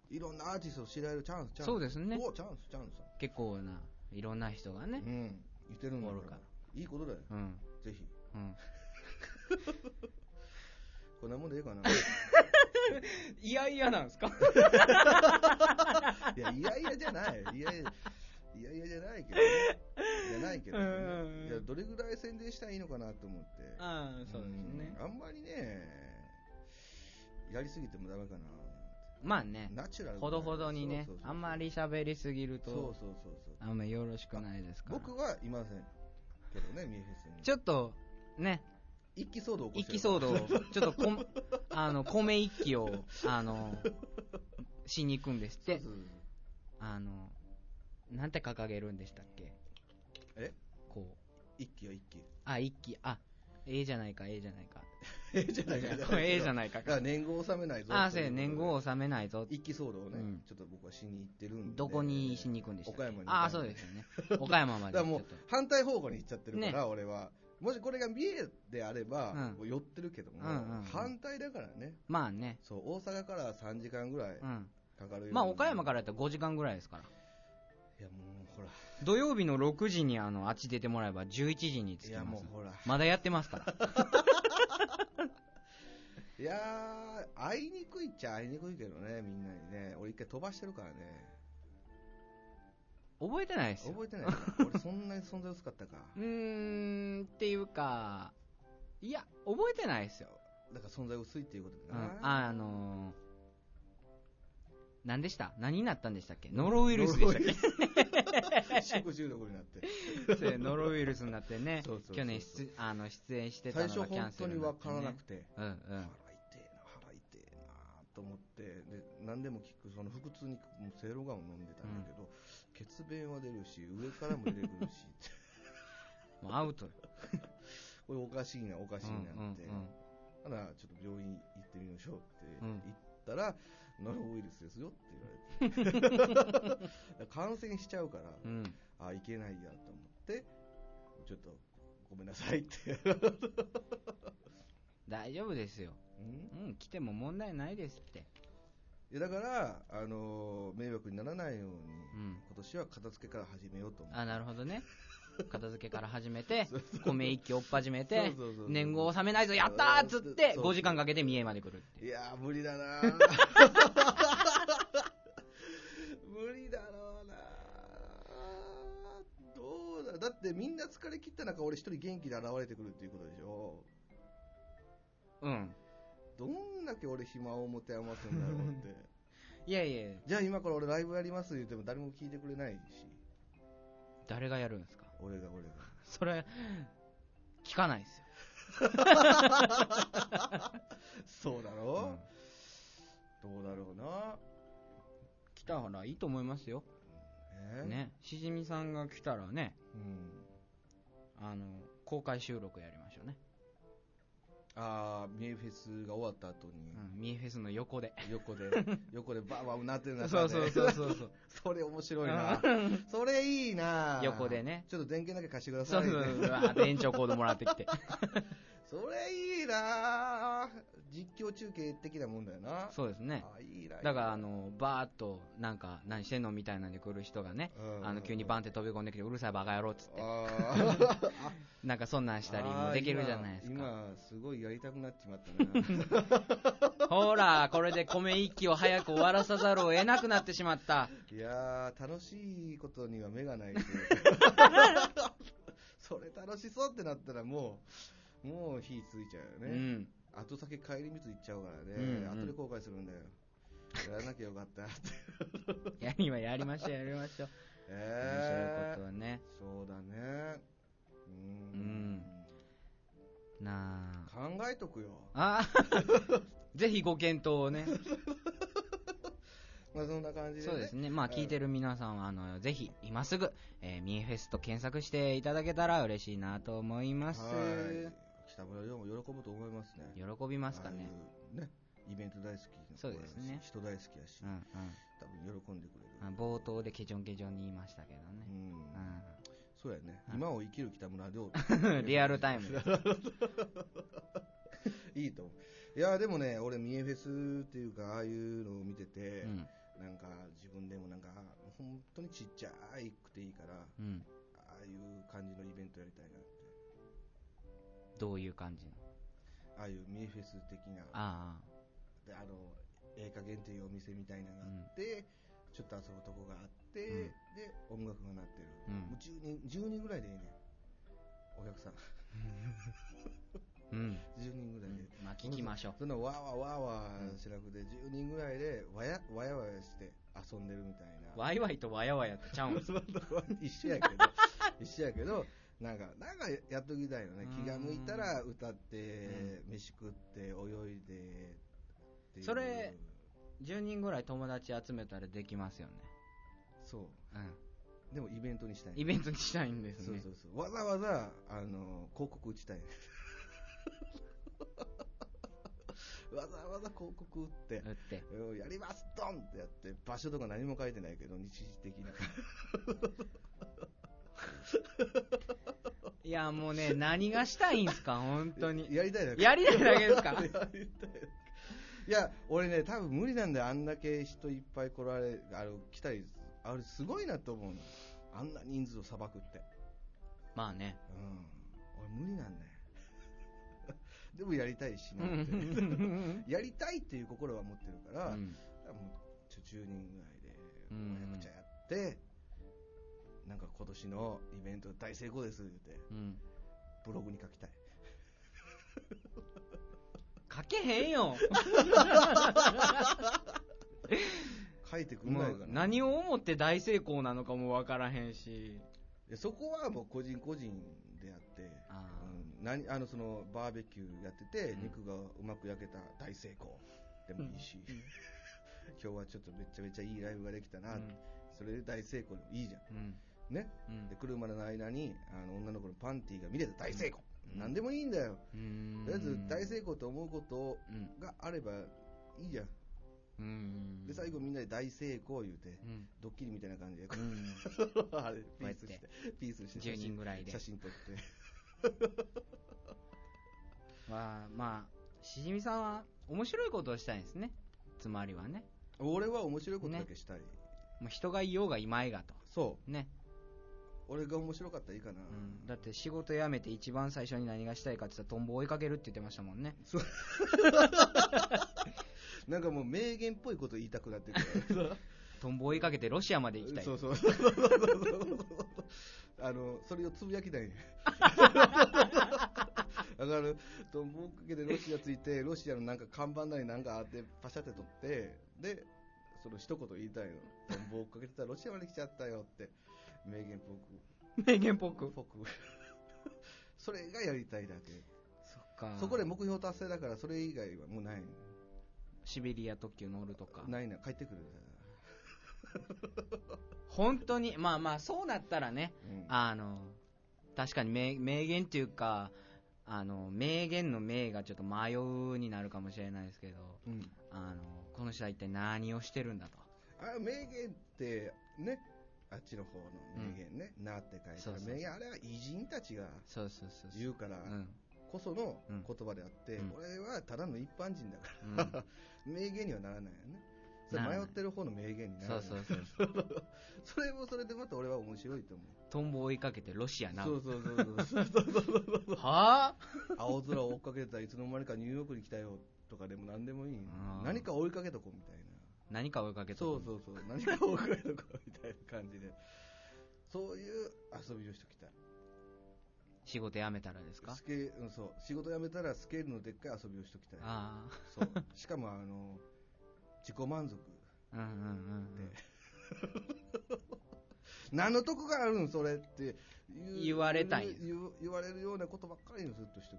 S3: いろんなアーティストを知られるチャンス、チャンス。
S2: そうですね
S3: おチャンス、チャンス。
S2: 結構ないろんな人が
S3: う
S2: ね
S3: ん。言ってるんだ
S2: おる
S3: か。
S2: から
S3: いいことだよ、
S2: うん
S3: ぜひ。
S2: うん
S3: こんなもんでいい
S2: [LAUGHS]
S3: かな。
S2: いやいやなんですか
S3: いや、いやいやじゃない。いやいや。いやいやじゃないけど、ね、じゃないけど、ね
S2: うん
S3: いや、どれぐらい宣伝したらいいのかなと思って。
S2: ああそうですね
S3: うんあんまりね、やりすぎてもダメかな。
S2: まあね
S3: ナチュラル。
S2: ほどほどにね
S3: そうそうそう
S2: あんまり喋りすぎる
S3: そ
S2: と
S3: うそうそうそう。
S2: あんまよろしくないですから
S3: 僕はいませんけ
S2: [LAUGHS]
S3: どね、ミエフェスに。
S2: ちょっとね
S3: 一気騒動起こ
S2: 一
S3: して
S2: 気
S3: るから
S2: 騒動をちょっとこんあの米一揆をあのしに行くんですって
S3: そうそうそう
S2: あのなんて掲げるんでしたっけ
S3: え
S2: こう
S3: 一気よ一気
S2: あ一揆あええじゃないか、ええじゃないか。
S3: ええじゃ [LAUGHS] ないか。
S2: これええじゃ
S3: い
S2: ないか
S3: だ。から年号を納めないぞ。
S2: ああ、そうや、年号を納めないぞ。
S3: 一期僧侶をね、
S2: うん
S3: ちょっと僕はしに行ってるんで。
S2: どこにしに行くんでしたっけ
S3: 岡山に
S2: ああ、そうですよね。岡山ま
S3: [LAUGHS]
S2: で。ち
S3: だから
S2: ょ
S3: も
S2: っ
S3: う
S2: と
S3: 反対方向に行っちゃってるから、
S2: ね
S3: 俺は。もしこれが三重であれば、
S2: うん
S3: もう寄ってるけども、
S2: うんうんうん
S3: 反対だからね。
S2: まあね。
S3: そう、大阪から3時間ぐらい
S2: うん。
S3: かかるよ。
S2: まあ、岡山かららやったら5時間ぐらいですから。
S3: いや、もうほら。
S2: 土曜日の6時にあの、あっち出てもらえば11時に着
S3: い
S2: き
S3: や、
S2: ま
S3: も
S2: す
S3: う。ほら。
S2: まだやってますから。
S3: いやー、会いにくいっちゃ会いにくいけどね、みんなにね。俺一回飛ばしてるからね。
S2: 覚えてないですよ。
S3: 覚えてない
S2: [LAUGHS]
S3: か俺そんなに存在薄かったか。
S2: うーん、っていうか、いや、覚えてないですよ。
S3: だから存在薄いっていうこと
S2: う
S3: だ
S2: ん。
S3: な。
S2: あ、あのー、何でした何になったんでしたっけノロウイルスでしたっけ
S3: 食中毒になって。
S2: そう [LAUGHS] やノロウイルスになってね
S3: そうそうそうそう、
S2: 去年出あの出演してたの
S3: 最
S2: が
S3: 初
S2: キャ
S3: 本
S2: ンセ
S3: 当
S2: ル
S3: に
S2: にな
S3: 分
S2: って、
S3: か
S2: ね。
S3: らなくて、
S2: うんう
S3: 腹
S2: ん。
S3: 痛えな、腹痛えなと思って、で何でも聞く、その腹痛に効くもうセイロガンを飲んでたんだけど、血便は出るし、上からも出てくるし、
S2: [LAUGHS] もうアウトよ。
S3: これおかしいな、おかしいなって、
S2: うんうんうん
S3: ただちょっと病院行ってみましょうって
S2: うん
S3: 言ったら、ノロウイルスですよって
S2: [LAUGHS]
S3: 言われて、感染しちゃうから、
S2: うん。
S3: あ、いけないやと思って、ちょっとごめんなさいって。
S2: 大丈夫ですよ。
S3: うん
S2: うん、来ても問題ないですって。
S3: いやだから、あのー迷惑にならないように、
S2: うん。
S3: 今年は片付けから始めようと思って。
S2: あ、なるほど
S3: [LAUGHS]
S2: ね。片付けから始めて
S3: そう、
S2: 米一気追っ始めて
S3: そうそうそう、
S2: 年号を納めないぞ、やったーっつって、
S3: そう
S2: 5時間かけて三重まで来るっていう。
S3: いやー、無理
S2: [LAUGHS]
S3: だなー無理だろうなーどうだ、だってみんな疲れ切った中、俺一人元気で現れてくるっていうことでしょ。
S2: うん。
S3: どんだけ俺暇を持て余すんだろう
S2: [LAUGHS]
S3: って。
S2: いやいや、
S3: じゃあ今から俺ライブやりますって言っても誰も聞いてくれないし。
S2: 誰がやるんですか
S3: 俺が俺が。
S2: それ、聞かないですよ。
S3: そうだ
S2: う
S3: ろ
S2: ん
S3: う、どうだろうな
S2: 来たらいいと思いますよ。
S3: え
S2: ね。しじみさんが来たらね、
S3: うん。
S2: あの、公開収録やりましょうね。
S3: ああ、ミエフェスが終わった後に、
S2: うん、ミーフェスの横で。[LAUGHS]
S3: 横で、横でバーバーなってる中で。
S2: そうそうそう [LAUGHS] そうそう。
S3: [LAUGHS] それ面白いな。それいいな。
S2: 横でね
S3: ちょっと電源だけ貸してくだ
S2: そ
S3: さ
S2: う
S3: い、
S2: そうそう。うわーって延長コードもらってきて。
S3: それいいな。実況中継的なもんだよな。
S2: そうですね。
S3: あいいな。
S2: だから、あの、バーっと、なんか、何してんのみたいなんで来る人がね、
S3: うん
S2: あの、急にバンって飛び込んできて、うるさいバカ野郎っつって、
S3: あー
S2: なんかそんなん [LAUGHS] したりもできるじゃないです
S3: あ
S2: か。
S3: ー今、今すごいやりたくなっちまった
S2: [LAUGHS]
S3: な。
S2: ほら、これで米一揆を早く終わらさざるを得なくなってしま [LAUGHS] った。
S3: いやー、楽しいことには目がな
S2: [LAUGHS]
S3: いけどそれ楽しそうってなったらもう、もう火ついちゃう
S2: う
S3: よね。
S2: ん。
S3: 後先帰り道行っちゃうからね、
S2: うんうん
S3: 後で後悔するんだよ。やらなきゃよか
S2: [LAUGHS]
S3: ったって。
S2: やりま、やりましょう、やりましょう。面白い
S3: え
S2: こと
S3: ー
S2: はね。
S3: そうだね。うーん。
S2: なあ。
S3: 考えとくよ。
S2: あ [LAUGHS] ぜひご検討をね。
S3: まあそんな感じで、ね。
S2: そうですね。まあ、聞いてる皆さんは、あの、ぜひ、今すぐ、えーミーフェスと検索していただけたら嬉しいなと思います。
S3: はい。北村亮も喜ぶと思いますね。
S2: 喜びますかね。
S3: ああいうね、イベント大好きな子やし
S2: そうですね
S3: 人大好きやし、
S2: うんうん。
S3: 多分喜んでくれる。
S2: あ冒頭でケチョンケチョンに言いましたけどね。う
S3: そうやね。
S2: はい
S3: 今を生きる北村亮。
S2: ん。 [LAUGHS] リアルタイムです。
S3: いいと思う。いや、でもね、俺、ミエフェスっていうか、ああいうのを見てて、
S2: うん。
S3: なんか、自分でもなんか、本当にちっちゃいくていいから、
S2: うん。
S3: ああいう感じのイベントやりたいなって。
S2: どういう感じの
S3: ああいうミエフェス的な、
S2: あ
S3: であの、ええ加減っていうお店みたいなのがあって、ちょっと遊ぶとこがあって、
S2: うん
S3: で、音楽が鳴ってる。
S2: うん
S3: もう10人、10人ぐらいでいいね。お客さん。 [LAUGHS]
S2: あ。うん。
S3: 10人ぐらいで。
S2: まあ、聞きましょう。
S3: そのわーわーわーわ
S2: うん
S3: ーしなくて、10人ぐらいでわやわやわやして遊んでるみたいな。
S2: ワイワイとワヤワヤってちゃ [LAUGHS] うんですよ
S3: [LAUGHS] 一緒
S2: [LAUGHS]
S3: やけど、一緒やけど、なんか、なんかやっときたいよね
S2: う。ん
S3: 気が向いたら歌って、飯食って、泳いでっていう
S2: それ、10人ぐらい友達集めたらできますよね。
S3: そう
S2: うん。。
S3: でもイベントにしたい。
S2: イベントにしたいんです
S3: そう
S2: ね [LAUGHS]
S3: そ。うそう。わざわざ、あの、広告打ちたい。わざわざ広告打って、
S2: 打って
S3: うんやりますドンってやって、場所とか何も書いてないけど、日時的な。
S2: [LAUGHS] いやもうね何がしたいんすか本当に
S3: やりたいだけ。
S2: やりたいだけですか
S3: [LAUGHS] やりたいだけいや、俺ね、多分無理なんだよ。あんだけ人いっぱい来られ、あの、来たり、あれすごいなと思うの。あんな人数をさばくって。
S2: [LAUGHS] まあね
S3: うん。俺無理なんだよ。 [LAUGHS] でもやりたいし
S2: う
S3: なって。
S2: [LAUGHS] ん
S3: やりたいっていう心は持ってるか
S2: う
S3: ら、
S2: ん
S3: 多分ちょ10人ぐらいで、
S2: うん
S3: むやくちゃやって、なんか今年のイベント大成功ですって、
S2: うん
S3: ブログに書きたい。
S2: 書けへんよ
S3: 書いてくん
S2: も
S3: ないか
S2: う
S3: な。
S2: 何を思って大成功なのかもわからへんし
S3: いやそこはもう個人個人であって、
S2: あ
S3: うん、何あのそのバーベキューやってて、
S2: うん
S3: 肉がうまく焼けた大成功でもいいし、 [LAUGHS] 今日はちょっとめちゃめちゃいいライブができた
S2: あ
S3: な、それで大成功でもいいじゃ
S2: うん
S3: ん。ね。
S2: うん
S3: で、車の間にあの女の子のパンティーが見れた大成功。
S2: うん
S3: 何でもいいんだよ。
S2: うん
S3: とりあえず大成功と思うこと
S2: うん
S3: があればいいじゃん。
S2: うん
S3: で、最後みんなで大成功言うて、
S2: うん
S3: ドッキリみたいな感じ
S2: [LAUGHS]
S3: で、
S2: うん
S3: あれ、ピ
S2: うやっ
S3: ー
S2: て
S3: スして、ピースして、
S2: 10人ぐらいで
S3: 写真撮って。
S2: まあまあしじみさんは面白いことをしたいんですねつまりはね
S3: 俺は面白いことだけしたい。
S2: もう人がいようがいまいがと
S3: そ
S2: ね、
S3: う。俺が面白かったらいいかな。
S2: うん、だって仕事辞めて一番最初に何がしたいかって言ったらトンボ追いかけるって言ってましたもんね
S3: なんかもう名言っぽいこと言いたくなって
S2: [LAUGHS]
S3: くる。
S2: トンボ追いかけてロシアまで行きたい
S3: そうそうそうそうそうそう。あの、それをつぶやきたい
S2: [LAUGHS]
S3: ね。だから、と僕けでロシアついて、ロシアのなんか看板なりなんかあって、パシャって取って、で、その一言言いたいの。トンボ追っかけてたらロシアまで来ちゃったよって、名言僕。
S2: 名言っぽく
S3: 僕。それがやりたいだけ。
S2: そっか
S3: そこで目標達成だから、それ以外はもうない。
S2: シベリア特急乗るとか
S3: ないな、帰ってくる。
S2: 本当にまあまあそうなったらね
S3: うん
S2: あの確かに名名言っていうかあの名言の名がちょっと迷うになるかもしれないですけど
S3: うん
S2: あのこの人は一体何をしてるんだと
S3: あ名言ってねあっちの方の名言ね、なって書いて
S2: そう
S3: あ
S2: そうそ
S3: る
S2: う
S3: 名言あれは偉人たちが
S2: そうそうそうそう
S3: 言うから
S2: うん
S3: こその
S2: うん
S3: 言葉であって、
S2: うん
S3: 俺はただの一般人だか
S2: うん
S3: ら、名言にはならないよねそれ
S2: ならない
S3: 迷ってる方の名言 [LAUGHS] になら
S2: そ
S3: な
S2: う
S3: い
S2: そうそうそう
S3: それもそれでまた俺は面白いと思う
S2: トンボ追いかけてロシアな
S3: そうそうそう [LAUGHS] そう
S2: はあ
S3: 青空を追っかけてたらいつの間にかニューヨークに来たよとかでも何でもいいよ
S2: あー
S3: 何か追いかけとこうみたいな
S2: 何か追いかけて
S3: そうそうそう何か追いかけとこうみたいな感じでそういう遊びをしてきたい
S2: 仕事辞めたらですか
S3: スケうん、そう仕事辞めたらスケールのでっかい遊びをしときたい
S2: あ
S3: そうしかもあの自己満足
S2: あうんうんうん
S3: 何の得があるんそれって言う
S2: 言われたい
S3: 言う言われるようなことばっかりをずっとしと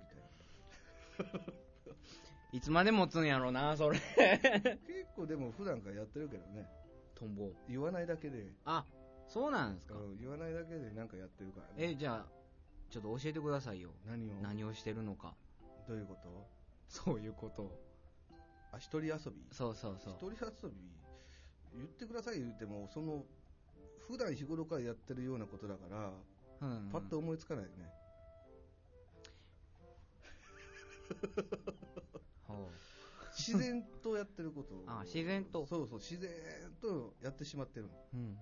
S3: きたい
S2: いつまで持つんやろうなそれ
S3: 結構でも普段からやってるけどね
S2: トンボ
S3: 言わないだけで、
S2: あそうなんですか
S3: うん言わないだけでなんかやってるから、
S2: えじゃあちょっと教えてくださいよ
S3: 何を
S2: 何をしてるのか
S3: どういうこと
S2: そういうことを
S3: あ一人遊び
S2: そうそうそう
S3: 一人遊び言ってください言ってもその普段日頃からやってるようなことだから、
S2: うんうん
S3: パッと思いつかないよね
S2: ほ
S3: 自然とやってることを
S2: [LAUGHS] あ自然と
S3: そうそう自然とやってしまってる
S2: ううん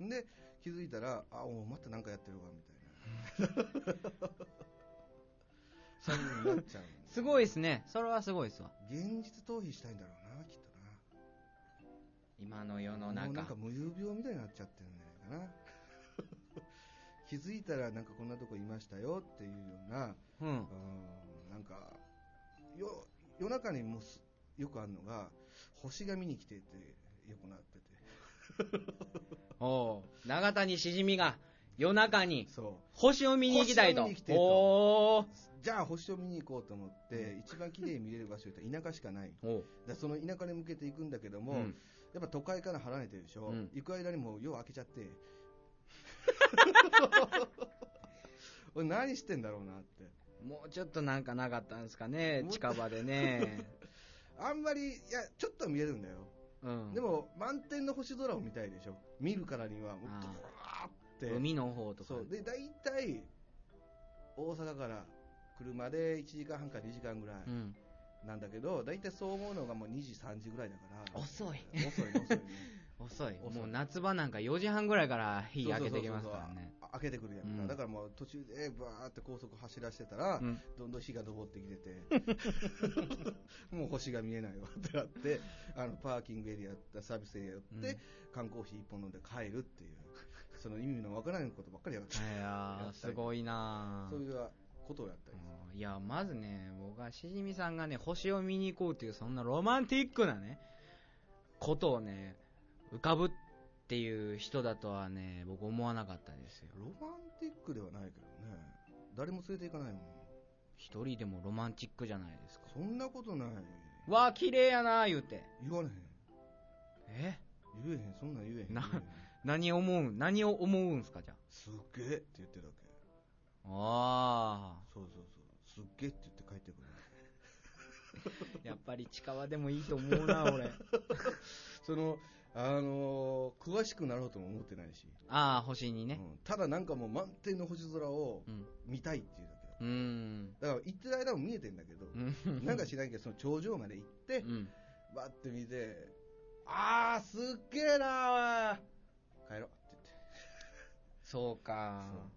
S3: ので気づいたらあおまた何かやってるわみたいな
S2: [LAUGHS]
S3: そういう風になっちゃうの
S2: すごいですねそれはすごいですわ
S3: 現実逃避したいんだろうなきっとな
S2: 今の世の
S3: もうなん
S2: 中
S3: か無遊病みたいになっちゃってるんじゃないかな [LAUGHS] 気づいたらなんかこんなとこいましたよっていうような
S2: うん
S3: うんなんかよ夜中にもうすよくあるのが星が見に来ててよくなってて
S2: おう永谷しじみが夜中に
S3: そう
S2: 星を見に行きたい
S3: 星
S2: と
S3: を見に来てと
S2: おー
S3: じゃあ星を見に行こうと思って、一番綺麗に見れる場所って田舎しかない。
S2: おう
S3: だその田舎に向けていくんだけども、
S2: うん
S3: やっぱ都会から離れてるでしょ、
S2: うん
S3: 行く間にもう夜明けちゃ
S2: [LAUGHS]
S3: って。俺何してんだろうなって。
S2: もうちょっとなんかなかったんですかね
S3: もう
S2: 近場でね [LAUGHS]
S3: あんまり、いや、ちょっとは見れるんだよ。
S2: うん
S3: でも、満天の星空を見たいでしょ。見るからには、もう、
S2: あー
S3: ドワーって。
S2: 海の方とか
S3: そう。で、大体、大阪から車で1時間半から2時間ぐら
S2: う
S3: い
S2: ん、
S3: なんだけど、大体そう思うのがもう2時、3時ぐらいだから。
S2: 遅い
S3: 遅
S2: [LAUGHS]
S3: いね、遅いね。
S2: 遅い
S3: 遅い
S2: もう夏場なんか4時半ぐらいから火開けてきますからね
S3: あ開けてくるやんか、
S2: うん
S3: だからもう途中でバーって高速走らしてたら、
S2: うん
S3: どんどん火が昇ってきて
S2: [LAUGHS]
S3: てもう星が見えないわってなってあのパーキングエリアサービスエリア寄って、
S2: うん
S3: 缶コーヒー一本飲んで帰るっていうその意味のわからないことばっかりやって
S2: いやーすごいな
S3: そう
S2: ー
S3: いうことをやったり
S2: うんいやまずね僕はしじみさんがね星を見に行こうっていうそんなロマンティックなねことをね浮かぶっていう人だとはね僕思わなかったですよ
S3: ロマンティックではないけどね誰も連れて行かないもん
S2: 一人でもロマンチックじゃないですか
S3: そんなことない
S2: わあ綺麗やなー言うて
S3: 言われへん
S2: え
S3: 言えへんそんなん言えへん
S2: な
S3: 言えへん
S2: 何を思うん何を思うんすかじゃ
S3: すっげえって言ってるわけ
S2: ああ
S3: そうそうそう。すっげえって言って帰ってくる。
S2: ーやっぱり近場でもいいと思う
S3: [LAUGHS]
S2: な俺
S3: その、あのー詳しくなろうとも思ってないし。
S2: ああ星にね
S3: うんただなんかもう満天の星空を
S2: うん
S3: 見たいっていうだけだ。
S2: うーん
S3: だから行ってる間も見えてんだけど、
S2: うん
S3: なんか知らんけど、その頂上まで行って、
S2: うん
S3: バッて見て、あー、すっげえなー帰ろうって
S2: そうか
S3: そう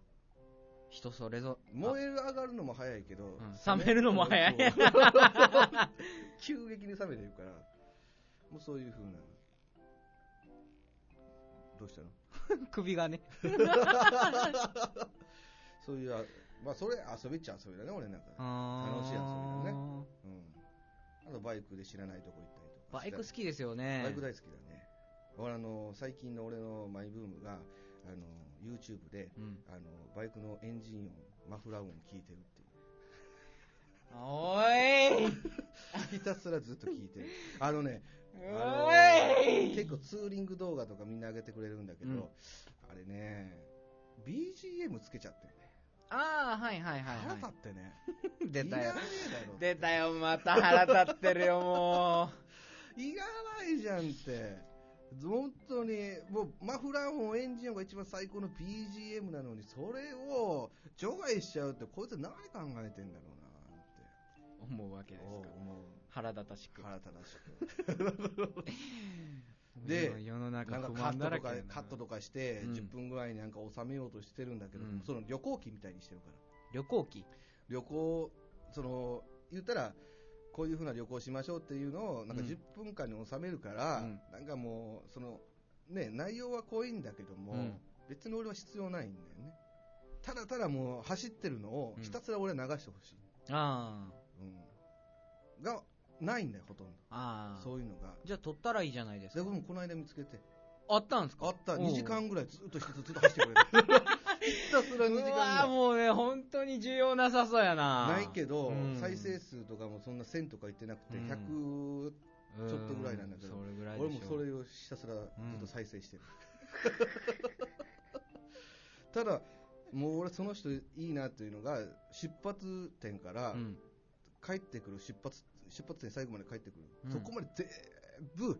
S2: 人それぞ
S3: 言って。燃え上がるのも早いけど、
S2: うん冷めるのも早い
S3: そう [LAUGHS] そう急激に冷めてるから、もうそういう風な。どうしたの
S2: あ首がね
S3: そういうあ、まあ、それ遊びっちゃ遊びだね、俺なんか。
S2: 楽
S3: 楽しい遊びだうん。あと、バイクで知らないとこ行ったりとか。
S2: バイク好
S3: き
S2: きですよね
S3: バイク大好きだね。俺、あの、最近の俺のマイブームが、あの、YouTube で、
S2: うん
S3: あの、バイクのエンジン音、マフラー音聞いてるっていう。
S2: おい
S3: ひたすらずっと聞いてる。あのね、
S2: お
S3: あの
S2: い
S3: 結構ツーリング動画とかみんな上げてくれるんだけど、
S2: うん
S3: あれね、BGM つけちゃってるね。
S2: ああはいはいはい、
S3: 腹立
S2: は
S3: ってね。
S2: い、出た
S3: いら
S2: よ
S3: ねえだろって
S2: 出たよまた腹立ってるよも
S3: いらないじゃんって。本当に、もう、マフラー音、エンジン音が一番最高の BGM なのに、それを除外しちゃうって、こいつ何考えてんだろう
S2: う思うわけ
S3: なって
S2: で、す
S3: 思
S2: から
S3: う。
S2: 腹立たしく
S3: 腹立たしく。で、
S2: 世の中
S3: なんか
S2: 不
S3: カ
S2: 満
S3: ット
S2: だら
S3: と
S2: け
S3: か
S2: やな、
S3: カットとかして、
S2: うん
S3: 10分ぐらいになんか収めようとしてるんだけど、
S2: うん
S3: その旅行機みたいにしてるから。
S2: 旅行記
S3: 旅行、その、言ったら、こういう風な旅行しましょうっていうのを、なんか
S2: うん
S3: 10分間に収めるから、
S2: うん
S3: なんかもう、その、ね、内容は濃いんだけども、
S2: うん
S3: 別に俺は必要ないんだよね。ただただもう走ってるのを
S2: うん
S3: ひたすら俺は流してほしい。
S2: あ
S3: うん。が、ないんだよ、ほとんど。
S2: あああ
S3: そういうのが。
S2: じゃあ撮ったらいいじゃないです
S3: で、
S2: か
S3: 僕もこの間見つけて、
S2: あったんですか
S3: あった、
S2: おう
S3: 2時間ぐらいずっとひたずっと走ってくれる。ひたすら2時間ぐ
S2: うわ
S3: ら
S2: ー
S3: い。
S2: もうね本当に重要なさそうやな
S3: ないけど、
S2: うん
S3: 再生数とかもそんな1000とかいってなくて、
S2: うん
S3: 100
S2: うん
S3: ちょっとぐらいなんだけど
S2: それぐらいでしょ
S3: 俺もそれをひたすらずっと再生してる、ただもう俺その人いいなっていうのが出発点から
S2: うん
S3: 帰ってくる出発出発点最後まで帰ってくる、
S2: うん
S3: そこまで全部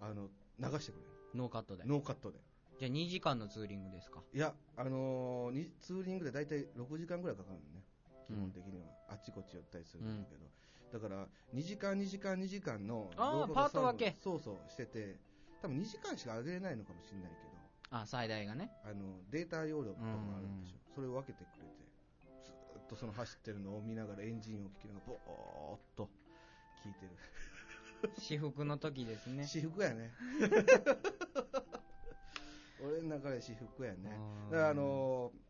S3: あの流してくれる
S2: ノーカットで
S3: ノーカットで
S2: じゃあ2時間のツーリングですか
S3: いやあのーにツーリングで大体6時間ぐらいかかるのね基本的には、あっちこっち寄ったりするんだけど、だから2時間2時間2時間の
S2: あー
S3: 動画が
S2: パート
S3: 3本
S2: 分け
S3: そうそうしてて多分2時間しか上げれないのかもしれないけど
S2: あ最大がね
S3: あのデータ容量とかもあるんでしょ、それを分けてくれて、ずーっとその走ってるのを見ながら、エンジンを聞きながら、ぼーっと聞いてる、
S2: 私服の時ですね
S3: 私服
S2: [LAUGHS]
S3: やね、俺の中で私服やね、
S2: あー
S3: だからあのー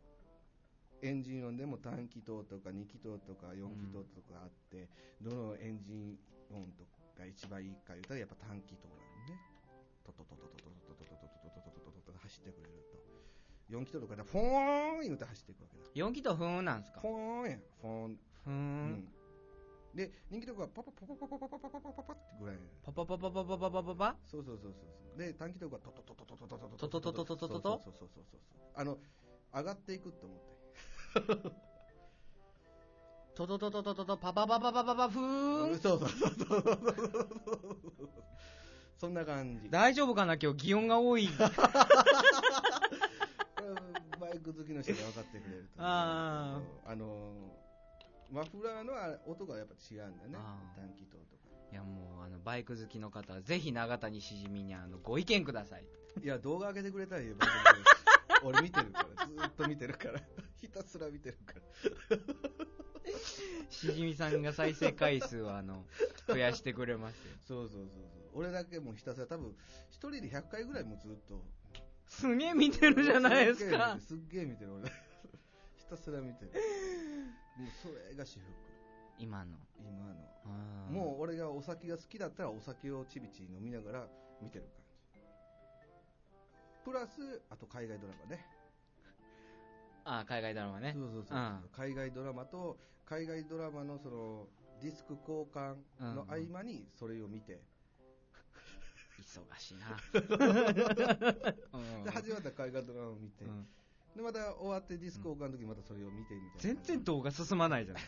S3: エンジン音でも単気筒とか2気筒とか4気筒とかあって、どのエンジン音とかが一番いいか言ったらやっぱ単気筒なのね。トトトトトトトトトトトトトトトトトト走ってくれると。4気筒とかでフォーン言うて走っていくわけだ。
S2: 4気とふーんなんですか
S3: フォーンやん、フォーン。
S2: ふー
S3: うんん。で、人気とかはパパパパパパパパパパパパパってぐらい。
S2: パパパパパパパパパパ
S3: そうそうそうそう。で、短気とかトトトトトトトト
S2: トトトトトトト
S3: そうそうそうそうそう。あの、上がっていくと思って。
S2: トトトトトトトパパパパパパパふーん。
S3: そうそうそうそうそうそうそうそんな感じ
S2: 大丈夫かな今日、擬音が多い。
S3: うんバイク好きの人が分かってくれると思う
S2: あ
S3: あのマフラーのあ音がやっぱ違うんだよね
S2: あー
S3: 短気筒とか
S2: いやもう、あの、バイク好きの方は、ぜひ長谷しじみに、あの、ご意見ください。
S3: いや動画上げてくれたらいいよ俺見てるからずーっと見てるからひたすら見てるから
S2: しじみさんが再生回数を、あの、増やしてくれますよ。
S3: そうそうそうそう俺だけもうひたすら多分一人で100回ぐらいもうずっと
S2: すげえ見てるじゃないですか。
S3: すっげえ見てるすっげえ見てる俺ひたすら見てるもうそれが私服
S2: 今の。
S3: 今の
S2: あー
S3: もう俺がお酒が好きだったらお酒をちびちび飲みながら見てる感じプラスあと海外ドラマね
S2: あー海外ドラマね
S3: そ。うそうそう、
S2: うん
S3: 海外ドラマと海外ドラマのそのディスク交換の合間にそれを見て、
S2: 忙しい
S3: [LAUGHS]
S2: な。
S3: で始まったら海外ドラマを見て、
S2: うんうん
S3: でまた終わってディスク交換の時にまたそれを見てみたいな
S2: 全
S3: 感じ
S2: 然動画進まないじゃない。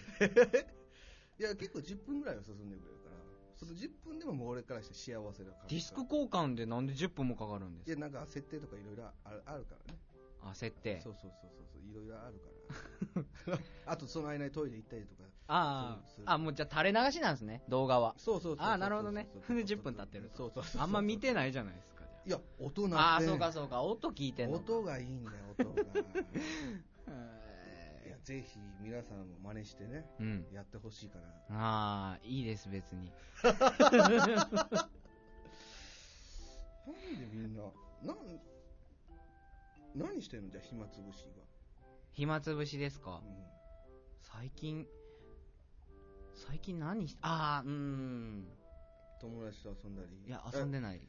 S3: いや結構10分ぐらいは進んでくれるからその10分でももう俺からして幸せだから
S2: ディスク交換でなんで10分もかかるんです
S3: いやなんか設定とかいろいろあるあるからね
S2: か焦って
S3: そ。うそうそうそうそういろいろあるから [LAUGHS] あとその間にトイレ行ったりとか
S2: あ
S3: そうそう
S2: あ、あ、もうじゃあ垂れ流しなんですね、動画は。
S3: そうそうそうそう
S2: あーなるほどね
S3: そう
S2: [LAUGHS]
S3: そうそう
S2: 10分経ってると
S3: そうそうそうそう
S2: あんま見てないじゃないですか。
S3: いや音
S2: じゃあ
S3: な
S2: あ
S3: ん
S2: ー、
S3: て
S2: そうかそうか、音聞いてんの。
S3: 音がいいんだよ音がい
S2: え
S3: やぜひ皆さんも真似してね
S2: ーうん。
S3: やってほしいかな
S2: ああ、いいです、別
S3: [LAUGHS]
S2: に。
S3: なんでみんななん何してんのじゃあ暇つぶし
S2: 暇つぶしですか
S3: は、
S2: 最近、最近何し、ああ、うーん。
S3: うん、友達と遊んだり
S2: いや、遊んでない。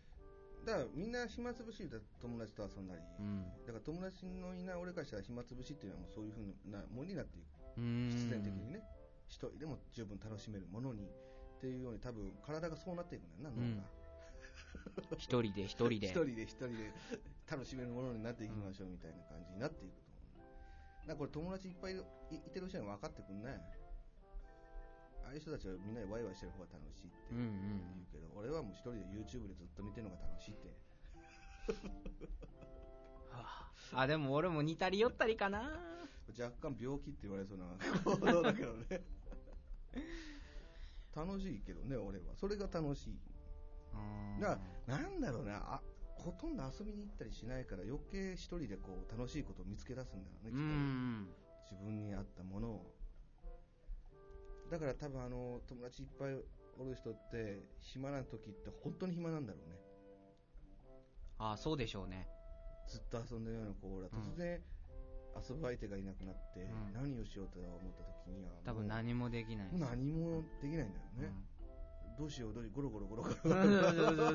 S3: だからみんな暇つぶしだ友達と遊んだり、
S2: うん。
S3: だから友達のいない俺からしたら暇つぶしっていうのはもうそういうふうなものになっていく
S2: うーん。
S3: 必然的にね一人でも十分楽しめるものにっていうように多分体がそうなっていくんだよな脳が、
S2: 一人で、一人で。
S3: [LAUGHS] 一人で一人で楽しめるものになっていきましょうみたいな感じになっていくと思うだからこれ友達いっぱいいいてる人には分かってくんないああいう人たちはみんなでワイワイしてる方が楽しいって
S2: うん
S3: 言
S2: う。
S3: うんけど、俺はもう一人で YouTube でずっと見てるのが楽しいって
S2: はあ、あでも俺も似たり寄ったりかな。
S3: 若干病気って言われそうな行動だけどね楽しいけどね俺はそれが楽しいだ
S2: あ
S3: かなんだろうなあほとんど遊びに行ったりしないから余計一人でこう楽しいことを見つけ出すんだろう
S2: ー
S3: ね
S2: う
S3: きっ
S2: ー
S3: と
S2: ん。
S3: 自分に合ったものをだから多分あの友達いっぱいおる人って暇な時って本当に暇なんだろうね
S2: ああ、そうでしょうね。
S3: ずっと遊んでるような子ら突然遊ぶ相手がいなくなって、
S2: うん
S3: 何をしようと思った時には
S2: 多分
S3: もう
S2: 何もできない。
S3: もう何もできないんだよ
S2: うん
S3: ね、どうしようどうしようゴロゴロゴロゴ
S2: そうそうそうそうそう
S3: ロ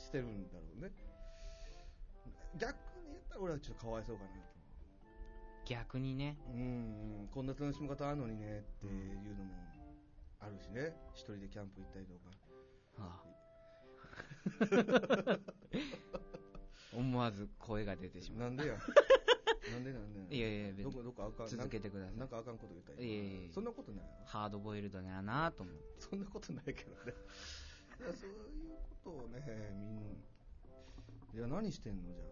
S3: してるんだろうね逆に言ったら俺はちょっとかわいそうかなと
S2: 逆にね。
S3: 思ううんうんこんな楽しみ方あるのにねっていうのもあるしね一人でキャンプ行ったりと
S2: [LAUGHS]
S3: か
S2: はあ
S3: [LAUGHS]
S2: 思わず声が出てしま
S3: なんでやなんでなんでなん
S2: う。
S3: で
S2: いやいや、別
S3: ど
S2: に
S3: こどこあかん
S2: 続けてくださ
S3: なんかなんかあかんこと言った
S2: い。い
S3: り
S2: やいやいや
S3: そんなことないよ
S2: ハードボイルドだなと思って。
S3: そんなことないけどねいやそういうことをねみんないや何してんのじゃ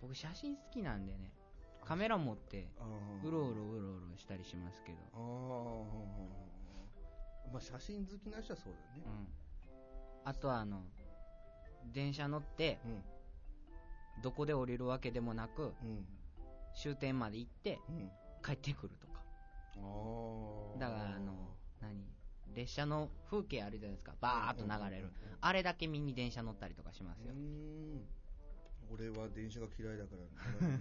S2: 僕写真好きなんでね。カメラ持って、
S3: ああー
S2: うろうろうろうろしたりしますけど。
S3: ああまあ写真好きな人はそうだ
S2: う
S3: ね
S2: ん。あとはあの、電車乗って、
S3: うん
S2: どこで降りるわけでもなく、
S3: うん
S2: 終点まで行って、
S3: うん
S2: 帰ってくるとか。
S3: ああ
S2: だからあの、何列車の風景あるじゃないですか。バーっと流れる。あれだけ見に電車乗ったりとかします
S3: う
S2: よ。
S3: ん俺は電車が嫌いだからね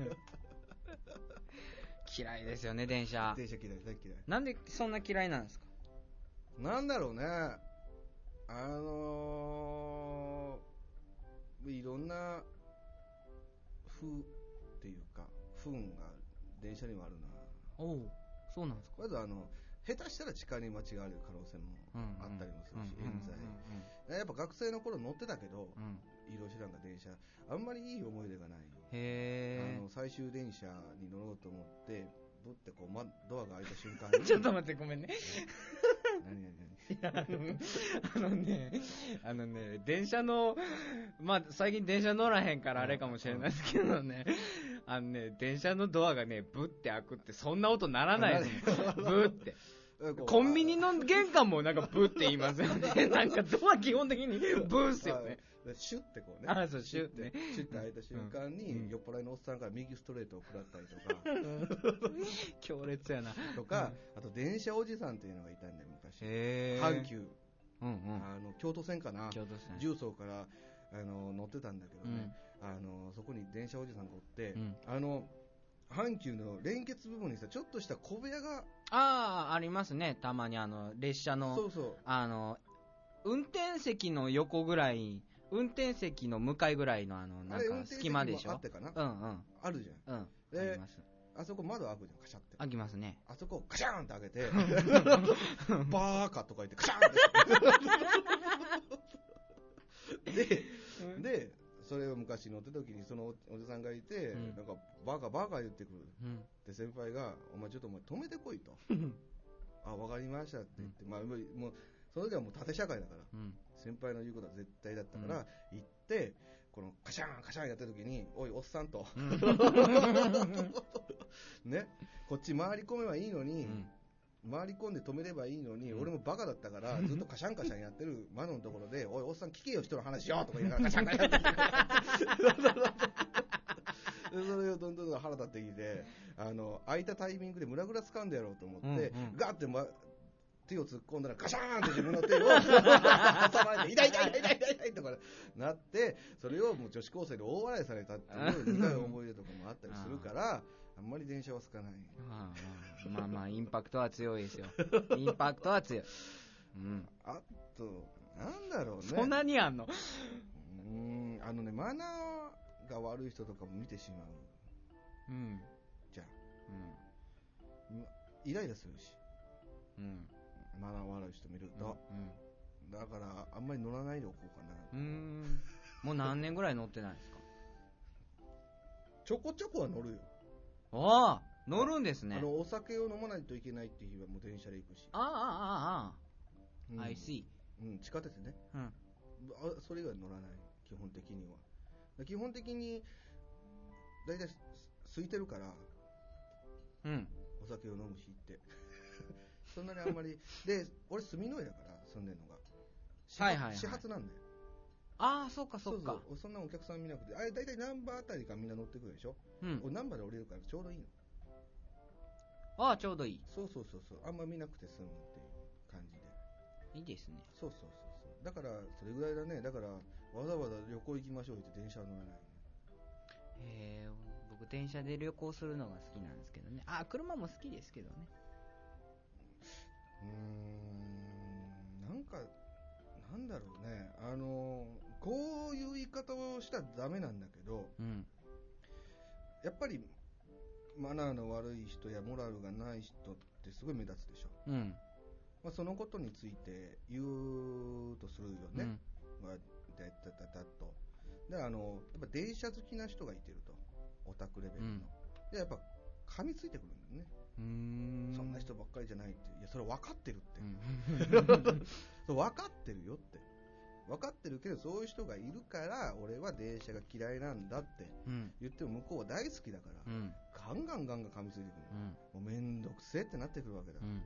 S3: [LAUGHS]
S2: 嫌いですよね、電車。
S3: 電車嫌い大嫌い
S2: なんでそんな嫌いなんですか
S3: なんだろうね、あのー、いろんな、不っていうか、不運が電車にはあるな。
S2: おお、そうなんですか
S3: まずあの、下手したら痴漢に間違われる可能性もあったりもするし、冤罪。やっぱ学生の頃乗ってたけど、
S2: うんうん。
S3: 移動手段が電車、あんまりいい思い出がない。
S2: へえ
S3: あの。最終電車に乗ろうと思って、ブってこう、ま、ドアが開いた瞬間に。
S2: [LAUGHS] ちょっと待って、ごめんね。
S3: 何何何
S2: いやあのあのね、あのね、電車の、まあ、最近電車乗らへんからあれかもしれないですけどね、あのね、電車のドアがね、ブって開くって、そんな音ならないですもんブって。
S3: えこう
S2: コンビニの玄関もなんかブって言いますよ [LAUGHS] ね。なんかドア基本的にブーっすよね。
S3: あシュッてこうね。
S2: あそう
S3: って
S2: シュッ
S3: シュッて開いた瞬間に、
S2: うん
S3: 酔っ払いのおっさんから右ストレートを食らったりとか、
S2: [LAUGHS] 強烈やな。
S3: とか、あと電車おじさんっていうのがいたんだよ、昔。
S2: へぇ
S3: 阪。急、
S2: うんうん。
S3: あの、京都線かな。
S2: 京都線。
S3: 重曹から、あの、乗ってたんだけどね。あの、そこに電車おじさんがおって
S2: うん、
S3: あの、阪急の連結部分にさ、ちょっとした小部屋が、
S2: ああ、ありますね。たまにあの、列車の。
S3: そうそう、
S2: あの、運転席の横ぐらい、運転席の向かいぐらいのあの、
S3: あ
S2: なん
S3: れ運
S2: か
S3: 転
S2: 隙
S3: 席
S2: 間でし
S3: もあ
S2: ょ
S3: っ。てかな
S2: うんうん。
S3: あるじゃん。
S2: うん。あ
S3: で
S2: ります。
S3: あそこ窓開くじゃん、カシャって。
S2: あきますね。
S3: あそこをカシャーンって開けて、 [LAUGHS] バーカとか言ってカシャーンって。で、で、それを昔乗ってた時にそのおじさんがいて、
S2: うん
S3: なんかバーカバーカ言ってくる。
S2: うん。
S3: で、先輩が、お前ちょっとお前止めてこいと。あ、わかりましたって言って、まあもう、もうその時はもう縦社会だから、
S2: うん。
S3: 先輩の言うことは絶対だったから、行って、このカシャーンカシャーンやった時に、おい、おっさんと、 [LAUGHS] ね、こっち回り込めばいいの
S2: う
S3: に、
S2: ん。
S3: 回り込んで止めればいいのに、
S2: うん
S3: 俺もバカだったから、ずっとカシャンカシャンやってる窓のところで、おい、おっさん聞けよ、人の話よとか言いながらカシャンカシャンやっててでそれをどんどんどんどん腹立ってきて、あの、空いたタイミングでムラグラ掴んでやろうと思って、
S2: うんうん
S3: ガーって、ま、手を突っ込んだら、カシャーンって自分の手を挟まれて、痛い痛い痛い痛い痛い痛いとかなって、それをもう女子高生で大笑いされたっていう苦い思い出とかもあったりするから、あんまり電車は好かない。
S2: まあまあ、まあまあ、インパクトは強いですよ。インパクトは強い。うん。
S3: あと、なんだろうね。
S2: そんなにあんの
S3: うーん、あのね、マナーが悪い人とかも見てしまう。
S2: うん。
S3: じゃあ、イライラするし、
S2: うん。うん。
S3: マナー悪い人見ると。だから、あんまり乗らないでおこうかな。
S2: うん。うん。もう何年ぐらい乗ってないですか
S3: ちょこちょこは乗るよ。
S2: ああ乗るんですね。
S3: あの、お酒を飲まないといけないっていう日はもう電車で行くし。
S2: ああ、ああ、あ
S3: う
S2: あ。
S3: ん
S2: I see.
S3: うん、地下鉄ね。
S2: うん。
S3: あそれ以外は乗らない。基本的には。基本的に、だいたい空いてるから、
S2: うん。
S3: お酒を飲む日
S2: [LAUGHS]
S3: って。そんなにあんまり。で、俺、住之江だから、住んでるのが。始発
S2: はいはいはい
S3: 始発なんだよ。
S2: ああ、そっかそっ
S3: そ
S2: か
S3: う。そうそんなお客さん見なくて。あれ、大体ナンバーあたりからみんな乗ってくるでしょ、
S2: うん。
S3: 俺ナンバーで降りるからちょうどいいの。
S2: ああ、ちょうどいい。
S3: そうそうそうそう。あんま見なくて済むっていう感じで。
S2: いいですね。
S3: そうそうそうそう。だから、それぐらいだね。だから、わざわざ旅行行きましょうって電車は乗らな
S2: へ
S3: い。
S2: え、僕電車で旅行するのが好きなんですけどね。あ、車も好きですけどね。
S3: うーん、なんか、なんだろうね。あの、こういう言い方をしたらダメなんだけど、
S2: うん。
S3: やっぱりマナーの悪い人やモラルがない人ってすごい目立つでしょ、
S2: うん。
S3: まあ、そのことについて言うとするよ
S2: う
S3: ね、
S2: ん。
S3: まあ、だだだだっとであのやっぱ電車好きな人がいてるとオタクレベルの、
S2: うん
S3: でやっぱ噛みついてくるんだよね、
S2: うーん。
S3: そんな人ばっかりじゃないっていやそれ分かってるって、
S2: うん。
S3: [LAUGHS] そう分かってるよって分かってるけどそういう人がいるから俺は電車が嫌いなんだって
S2: うん。
S3: 言っても向こうは大好きだから、
S2: うん。
S3: ガンガンガンガン噛みついてくるの
S2: うん。
S3: もうめんどくせえってなってくるわけだ
S2: う。ん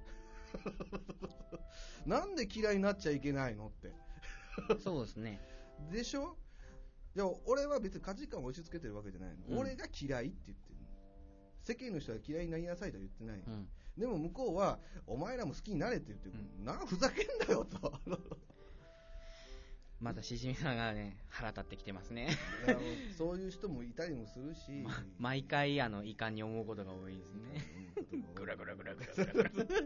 S3: なんで嫌いになっちゃいけないのって。
S2: そうですね。
S3: でしょいや、俺は別に価値観を押し付けてるわけじゃないの。
S2: うん
S3: 俺が嫌いって言ってるの。世間の人は嫌いになりなさいとは言ってないの、
S2: うん。
S3: でも向こうは、お前らも好きになれって言ってくる。なあ、ふざけんなよ
S2: [LAUGHS]
S3: と。
S2: またしじみさんがね、腹立ってきてます [LAUGHS] ね。
S3: いやもうそういう人もいたりもするし。
S2: 毎回、あの、遺憾に思うことが多いですね。ぐらぐらぐらぐらぐらぐら。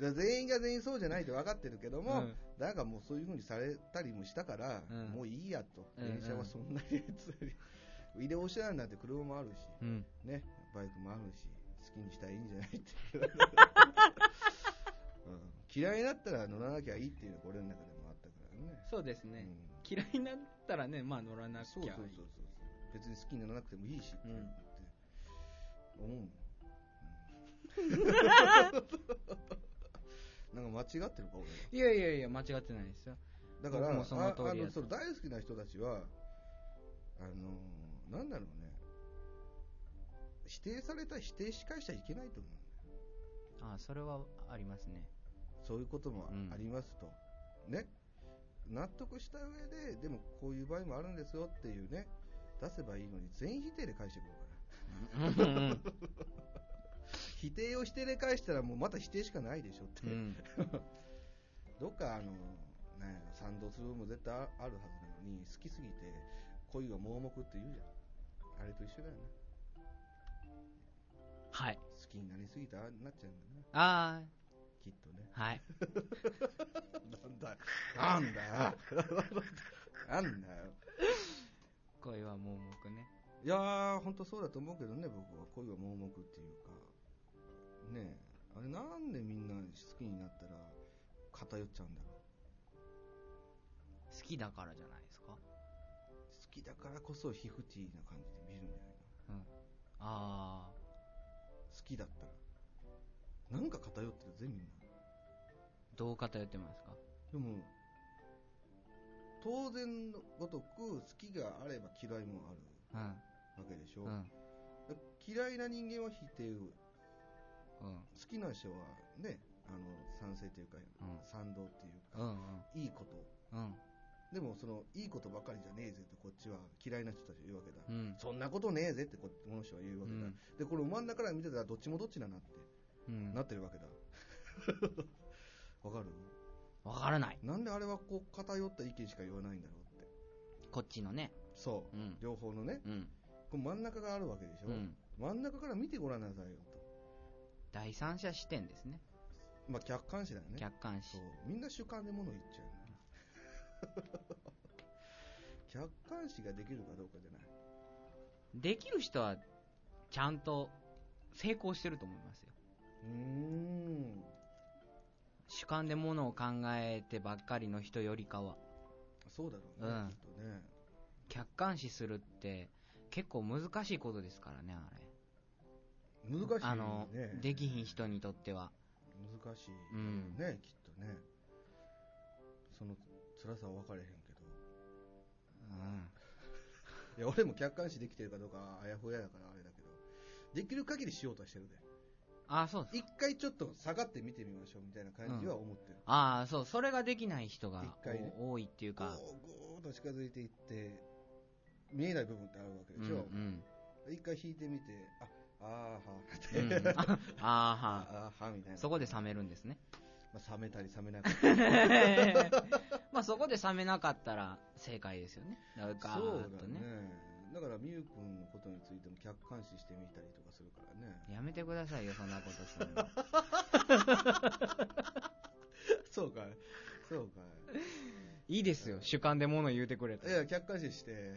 S3: じゃあ全員が全員そうじゃないって分かってるけども、
S2: うん
S3: なんかもうそういう風にされたりもしたから、
S2: うん
S3: もういいやと、
S2: うんうん
S3: 電車はそんなに別に、
S2: [LAUGHS]
S3: 入れ押しなんだって車もあるし、
S2: うん。
S3: ね、バイクもあるし、好きにしたらいいんじゃ
S2: [LAUGHS]
S3: ないって、うん、嫌いになったら乗らなきゃいいっていうのが俺の中でもあったからね。
S2: そうです
S3: う
S2: ね。
S3: ん
S2: 嫌いになったらね、まあ乗らなきゃいい。
S3: そうそうそうそう別に好きにならなくてもいいしって思うもんなんか間違ってるか、俺ら
S2: いやいやいや、間違ってないですよ。
S3: だから、
S2: 僕もその通り
S3: ああ
S2: や
S3: の
S2: と
S3: その大好きな人たちは、あのーなんだろうね、否定された否定し返しちゃいけないと思う。
S2: あそれはありますね。
S3: そういうことも
S2: うん
S3: ありますと。ね。納得した上で、でもこういう場合もあるんですよっていうね、出せばいいのに全否定で返してくるから。
S2: うん
S3: 否定を否定で返したらもうまた否定しかないでしょって。
S2: うん。
S3: どっかあの、ね、賛同する部分も絶対あるはずなのに、好きすぎて恋が盲目って言うじゃん。あれと一緒だよね。
S2: はい。
S3: 好きになりすぎたああなっちゃうんだ
S2: あ
S3: な、きっとね。
S2: あ、はい。
S3: [LAUGHS] なんだよ。なんだよ。なんだよ。
S2: 恋は盲目ね。
S3: いやー、ほんとそうだと思うけどね、僕は。恋は盲目っていうか。ねえ、あれなんでみんな好きになったら偏っちゃうんだろう。
S2: 好きだからじゃないですか。
S3: 好きだからこそヒフティーな感じで見るんじゃないの
S2: ああ、
S3: 好きだったら。なんか偏ってるぜ、みんな。
S2: どう偏ってますか
S3: でも、当然のごとく好きがあれば嫌いもある
S2: う
S3: わけでしょ。
S2: ん。うん。
S3: 嫌いな人間は否定を
S2: うん。
S3: 好きな人はねあの賛成というか、
S2: うん
S3: 賛同っていう
S2: う
S3: か、
S2: ん。
S3: いいこと
S2: うん。
S3: でもそのいいことばかりじゃねえぜってこっちは嫌いな人たちが言うわけだ、
S2: うん。
S3: そんなことねえぜってここの人は言うわけだ、
S2: うん
S3: でこれ真ん中から見てたらどっちもどっちだなって、
S2: うん。
S3: なってるわけだわかる
S2: わからない。
S3: なんであれはこう偏った意見しか言わないんだろうって
S2: こっちのね。
S3: そう、
S2: うん
S3: 両方のね
S2: うん。
S3: こう真ん中があるわけでしょ、
S2: うん。
S3: 真ん中から見てごらんなさいよと
S2: 第三者視点ですね。
S3: まあ客観視だよね
S2: 客観視
S3: そう。みんな主観で物を言っちゃうな客観視ができるかどうかじゃない
S2: できる人は、ちゃんと成功してると思いますよ。
S3: うーん
S2: 主観で物を考えてばっかりの人よりかは、
S3: そうだろうね、
S2: うん
S3: きっとね
S2: 客観視するって、結構難しいことですからね、あれ。
S3: 難しいね
S2: あの、できひん人にとっては。
S3: 難しいね、
S2: うん
S3: きっとねその辛さは分かれへんけど
S2: うん。
S3: いや俺も客観視できてるかどうかはあやふやだからあれだけどできる限りしようとはしてるで
S2: あ、そうです。
S3: 一回ちょっと下がって見てみましょうみたいな感じは思ってる、
S2: ああ、そう、それができない人が
S3: 一回ね
S2: お多いっていう
S3: こ
S2: か、
S3: うぐーっと近づいていって見えない部分ってあるわけ
S2: う
S3: で
S2: ん、
S3: し
S2: う
S3: ょ、
S2: ん。
S3: 一回弾いてみて、あ、あ
S2: う
S3: [LAUGHS] ーはー
S2: ん、ああは
S3: あーはーみたいな。
S2: そこで冷めるんです
S3: [LAUGHS]
S2: ね。
S3: まあ、冷めたり冷めな
S2: [LAUGHS]
S3: かったり。
S2: まあそこで冷めなかったら正解ですよね。だから
S3: そう
S2: ガーッ
S3: だ
S2: と
S3: ね。だから、みゆくんのことについても客観視してみたりとかするから
S2: [LAUGHS]
S3: ね。
S2: やめてくださいよ、そんなことするの。
S3: そうかい。そうか
S2: いいですよ、主観で物言うてくれた
S3: い。い
S2: ら
S3: や、客観視して。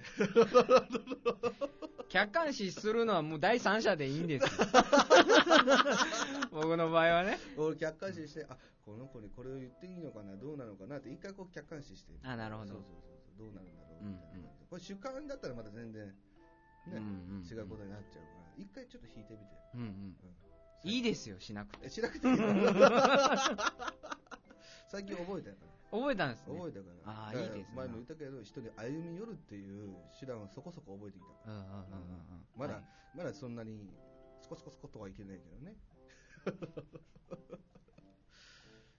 S2: 客観視するのはもう第三者でいいん [LAUGHS] ですよ。僕の場合はね。
S3: 俺、客観視して、あ、この子にこれを言っていいのかな、どうなのかなって、一回こう客観視して。
S2: あなるほど
S3: そうそうそうそう。どうなるんだろうみたいな感じで。これ主観だったらまた全然、ね、
S2: うんうん
S3: 違うことになっちゃうから、一回ちょっと弾いてみて。
S2: うんうん。
S3: うん
S2: いいですよ、しなくて。
S3: えしなくていいの [LAUGHS] 最近覚えたから。
S2: 覚えたんですね。
S3: 覚えたから。
S2: ああ
S3: だか
S2: い
S3: ら
S2: いですね
S3: 前も言ったけど、人に歩み寄るっていう手段はそこそこ覚えてきたから。
S2: うんうんうんうんうん。
S3: まだ、
S2: はい
S3: まだそんなに、スコスコスコとはいけないけどね。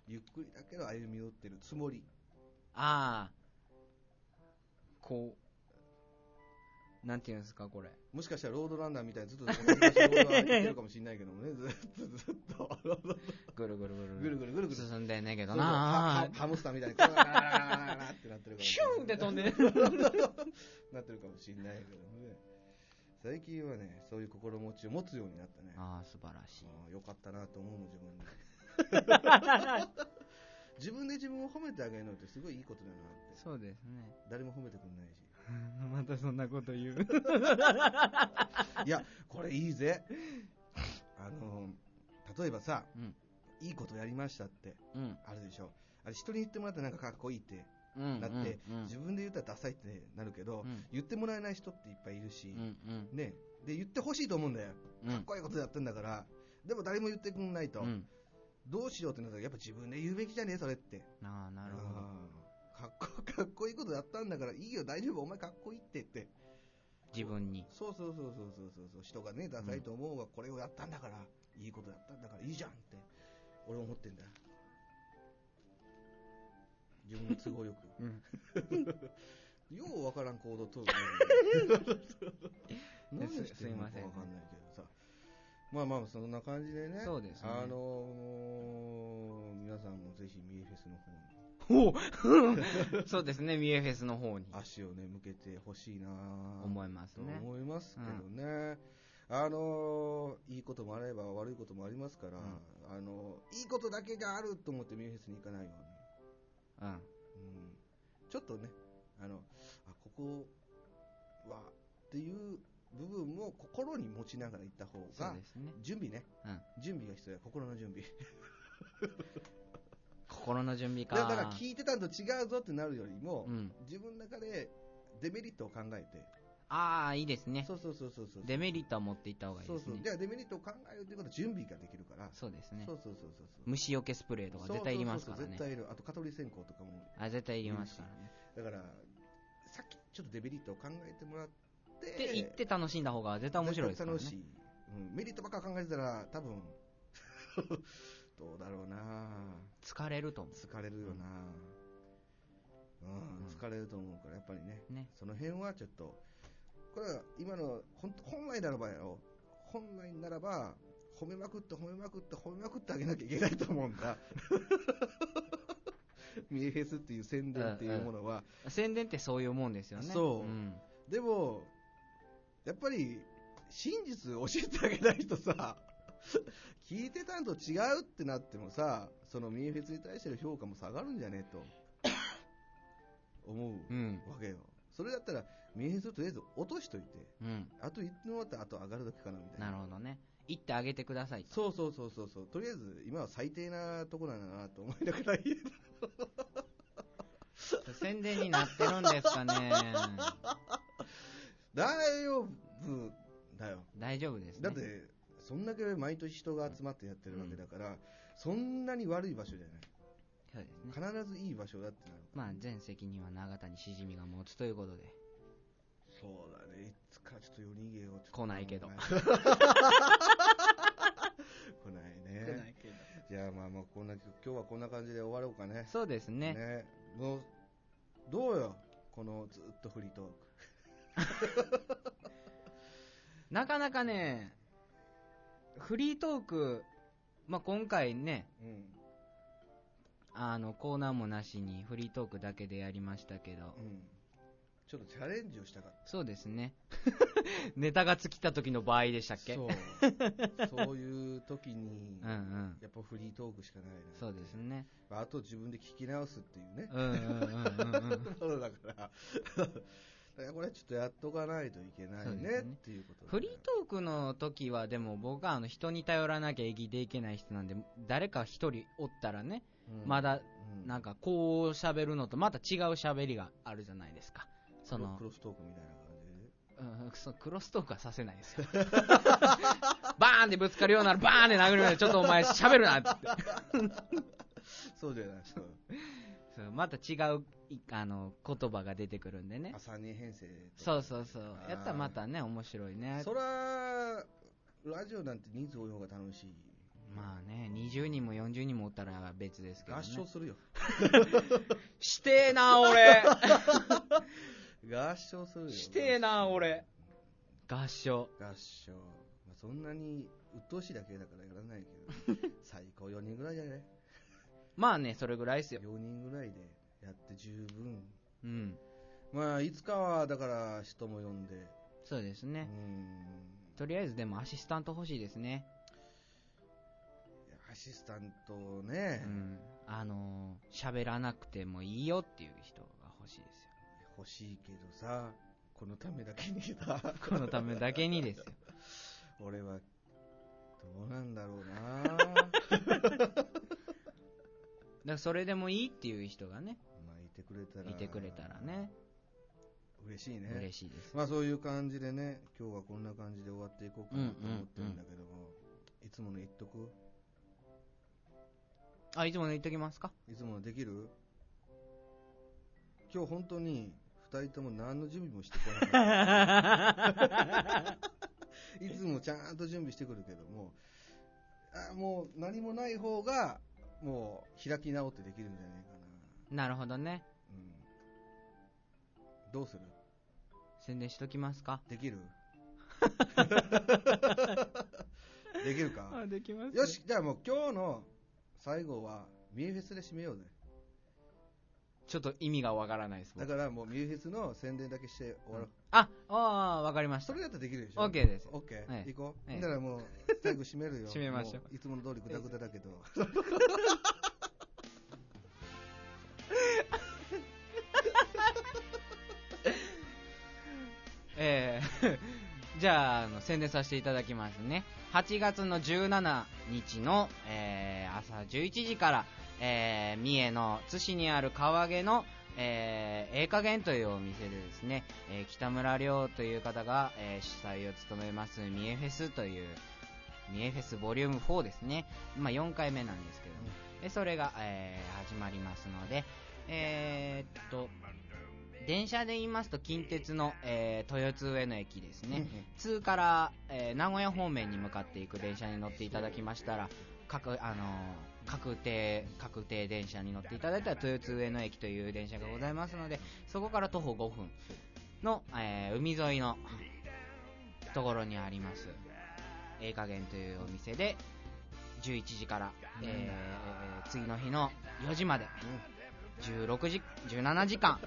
S3: ゆっくりだけど歩み寄ってるつもり。
S2: ああ。こう。なんていうんですか、これ。
S3: もしかしたらロードランナーみたいにずっとこの昔のロードランナーやってるかもしれないけどもね、ずっとずっと。
S2: ぐるぐるぐる
S3: ぐるぐるぐるぐる。そう
S2: 進んでんねんけ
S3: そ
S2: ど
S3: うハ
S2: な
S3: ハムスターみたいに、ガラガラガラガラガラってなってるから。
S2: ヒュンって飛んでる。
S3: なってるかもしれないけどね。最近はね、そういう心持ちを持つようになったね。あ
S2: ああ、素晴らしい。
S3: あよかったなと思うもん、自分で。
S2: [LAUGHS]
S3: 自分で自分を褒めてあげるのってすごいいいことだなって。
S2: そうですね。
S3: 誰も褒めてくんないし。
S2: [LAUGHS] またそんなこと言う。
S3: いや、これい
S2: [LAUGHS]
S3: いぜ。あの、例えばさ、
S2: うん。
S3: いいことやりましたって、
S2: うん。
S3: あるでしょ。あれ、人に言ってもらってなんかかっこいいって
S2: うん。
S3: なって、
S2: うん、
S3: 自分で言ったらダサいってなるけど、
S2: うん
S3: 言ってもらえない人っていっぱいいるし、
S2: うん。うん。
S3: ね。で、言ってほしいと思うんだよ。
S2: うん。う
S3: かっ
S2: ん。
S3: こいいことやってんだから、でも誰も言ってくんないと、
S2: うん
S3: どうしようってなったらやっぱ自分で言うべきじゃねえそれって
S2: ああなるほど
S3: あーかっこか [LAUGHS] っこいいことやったんだからいいよ大丈夫お前かっこいいってって
S2: 自分に
S3: そうそうそうそうそうそうそう人がねダサいと思うがこれをやったんだから、いいことやったんだからいいじゃんって俺思ってんだ自分の都合よ
S2: [LAUGHS]
S3: く
S2: うん
S3: ようわからん行動を
S2: [LAUGHS]
S3: 取る何して
S2: すい
S3: るの
S2: ま
S3: か
S2: せん
S3: わかんないけどさまあまあそんな感じでね
S2: そうですね
S3: あのー皆さんもぜひミエフェスの方に
S2: おそうですねミエフェスの方に
S3: 足をね向けてほしいな
S2: 思います
S3: と
S2: ね
S3: 思いますけどね、あのーいいこともあれば悪いこともありますから、あのーいいことだけがあると思ってミュンヘスに行かないよ
S2: うん
S3: うに、うん、ちょっとねあのあここはっていう部分も心に持ちながら行った方
S2: そう
S3: が
S2: ですね
S3: 準備ね、
S2: うん
S3: 準備が必要や心の準備
S2: 心の準備か
S3: だからだから聞いてたのと違うぞってなるよりも、
S2: うん
S3: 自分の中でデメリットを考えて、
S2: ああいいですね
S3: そうそうそうそうそう
S2: デメリットは持っていった方がいい
S3: そう
S2: です
S3: そう
S2: ね
S3: じゃあデメリットを考えるということは準備ができるから
S2: そうですね
S3: そうそうそうそうそう
S2: 虫除けスプレーとか絶対いりますから
S3: そう
S2: ね
S3: そうそう絶対いるあと蚊取り線香とかも
S2: あ絶対いりますからね
S3: だからさっきちょっとデメリットを考えてもらって
S2: って言って楽しんだ方が絶対面白いですからね
S3: 絶対楽しい、うん、メリットばっか考えてたら多分 [LAUGHS] どうだろうな
S2: 疲れると思
S3: 疲れるよな、うん
S2: うん
S3: 疲れると思うからやっぱりね
S2: うね
S3: その辺はちょっと、これは今の、ほん本来ならばやろ。本来ならば、褒めまくって褒めまくって褒めまくってあげなきゃいけないと思うん [LAUGHS] だ。ミエフェスっていう宣伝っていうものは。
S2: 宣伝ってそういうもんですよね
S3: そうんでも、やっぱり、真実を教えてあげないとさ、 [LAUGHS] 聞いてたんと違うってなってもさ、そのミエフェスに対しての評価も下がるんじゃねえと、
S2: [COUGHS]
S3: 思う。
S2: うん
S3: わけよ。それだったら、ミヘスをとりあえず落としといて、
S2: うん
S3: あと1分終わったらあと上がるだけかなみたいな。
S2: なるほどね行ってあげてくださいと
S3: そうそうそうそうそう。とりあえず、今は最低なとこなんだなと思いながら言 [LAUGHS] え
S2: 宣伝になってるんですか
S3: [LAUGHS]
S2: ね
S3: 大丈夫だよ。
S2: 大丈夫ですね
S3: だって、そんだけ毎年人が集まってやってるわけだから、そんなに悪い場所じゃ
S2: そうですね
S3: ない。必ずいい場所だってなる。
S2: まあ全責任は永谷しじみが持つということで
S3: そうだね。いつかちょっと夜逃げをちょっと。
S2: 来ないけど [LAUGHS]
S3: 来ないね。じゃあまあまあこんな今日はこんな感じで終わろうかね。
S2: そうですね
S3: もうどうよこのずっとフリートーク。
S2: なかなかねフリートーク、まあ、今回ね
S3: うん。
S2: あのコーナーもなしにフリートークだけでやりましたけど
S3: うん。ちょっとチャレンジをしたかっ
S2: そうですね [LAUGHS] ネタが尽きた時の場合でした
S3: た。
S2: っけ
S3: そう。そういう時に、
S2: [LAUGHS] うんうん
S3: やっぱフリートークしかないな。
S2: そうですね
S3: あと自分で聞き直すっていうね。
S2: うんうんうんうん
S3: [LAUGHS]
S2: うん
S3: そうだから。だからこれちょっとやっとかないといけない
S2: そうで
S3: ね
S2: すね
S3: っていうことだね
S2: フリートークの時はでも僕はあの人に頼らなきゃ生きていけない人なんで誰か一人おったらね、
S3: うん
S2: まだ
S3: うん
S2: なんかこう喋るのとまた違う喋りがあるじゃないですかその
S3: クロストークみたいな感じでね。
S2: うんそうクロストークはさせないですよバーンでぶつかるようならバーンで殴るようならちょっとお前喋るなって
S3: そうじゃない。そう
S2: そうまた違ういあの言葉が出てくるんでね
S3: あ、3人編成とか。
S2: そうそうそう
S3: あー
S2: やったらまたね面白いね
S3: そら、ラジオなんて人数多い方が楽しい。
S2: まあね20人も40人もおったら別ですけど、
S3: 合
S2: ね、
S3: 唱するよ。
S2: してえな
S3: [LAUGHS]
S2: 俺
S3: 合唱するよ。
S2: してえな俺。合唱
S3: 合唱。まあ、そんなに、鬱陶しいだけだからやらない
S2: [LAUGHS]
S3: けど、最高4人ぐらいじゃない
S2: まあねそれぐらいですよ
S3: ?4 人ぐらいでやって十分。
S2: うん
S3: まあ、いつかは、だから、人も呼んで。
S2: そうです
S3: うー
S2: ね
S3: ん。
S2: とりあえずでもアシスタント欲しいですね
S3: いやアシスタント
S2: う
S3: ね、
S2: んあのー喋らなくてもいいよっていう人が欲しいですよ [LAUGHS]
S3: 欲しいけどさ、このためだけにだ。
S2: このためだけにですよ
S3: [LAUGHS] 俺は、どうなんだろ
S2: [LAUGHS]
S3: うな
S2: だからそれでもいいっていう人がね
S3: まあ、いてくれたら。
S2: いてくれたらね
S3: 嬉しいね。
S2: 嬉しいです
S3: まあそういう感じでね、今日はこんな感じで終わっていこうかなと思ってるんだけども、いつもの言っとく
S2: あ、いつもの言っときますか
S3: いつものできる今日本当に2人とも何の準備もしてこなかった。いつもちゃんと準備してくるけども、あもう何もない方が、もう開き直ってできるんじゃないかな。
S2: なるほどね。
S3: うん、どうする
S2: 宣伝しときますか
S3: できるできるか、
S2: できま
S3: よし、じゃあもう今日の最後は、ミエフェスで締めようぜ。
S2: ちょっと意味がわからないです。
S3: だ
S2: 僕
S3: からもうミエフェスの宣伝だけして終わろう。
S2: あ、あーわかりまし
S3: そ
S2: た
S3: れ。だったらできるでしょ。
S2: OK です
S3: オッケー、
S2: はい
S3: 行こう。
S2: はい
S3: だからもう、最後締めるよ。
S2: 締めましょう
S3: もいつもの通りグダグダだけど。
S2: えー [LAUGHS] じゃああの宣伝させていただきますね8月の17日の、えー朝11時から、えー三重の津市にある川毛のえーええ加減というお店でですね、えー北村亮という方が、えー主催を務めます三重フェスという三重フェスボリューム4ですね、まあ、4回目なんですけども、でそれが、えー始まりますのでえーっと電車で言いますと近鉄の、えー豊津上野駅ですね、通から、えー名古屋方面に向かっていく電車に乗っていただきましたら各あのー確定確定電車に乗っていただいたら豊津上野駅という電車がございますのでそこから徒歩5分の、えー海沿いのところにありますええ加減というお店で11時から、えー次の日の4時まで16時17時間、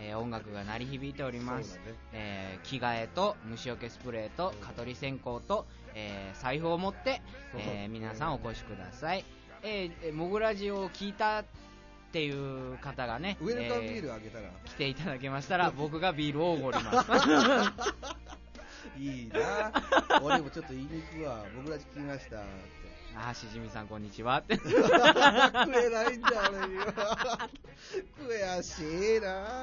S2: えー音楽が鳴り響いております
S3: そうだね
S2: えー着替えと虫除けスプレーと蚊取り線香と、えー財布を持って、えー皆さんお越しください、えーえーモグラジオを聞いたっていう方がね
S3: ウェルカムビー
S2: え
S3: ルあげたら、
S2: ー来ていただけました
S3: [LAUGHS]
S2: ら僕がビールをおごります
S3: いいな俺もちょっと言いに行く
S2: [LAUGHS]
S3: わ僕ら聞きましたっ
S2: あーしじみさんこんにちはって [LAUGHS]
S3: て食えないんだ俺今悔しいな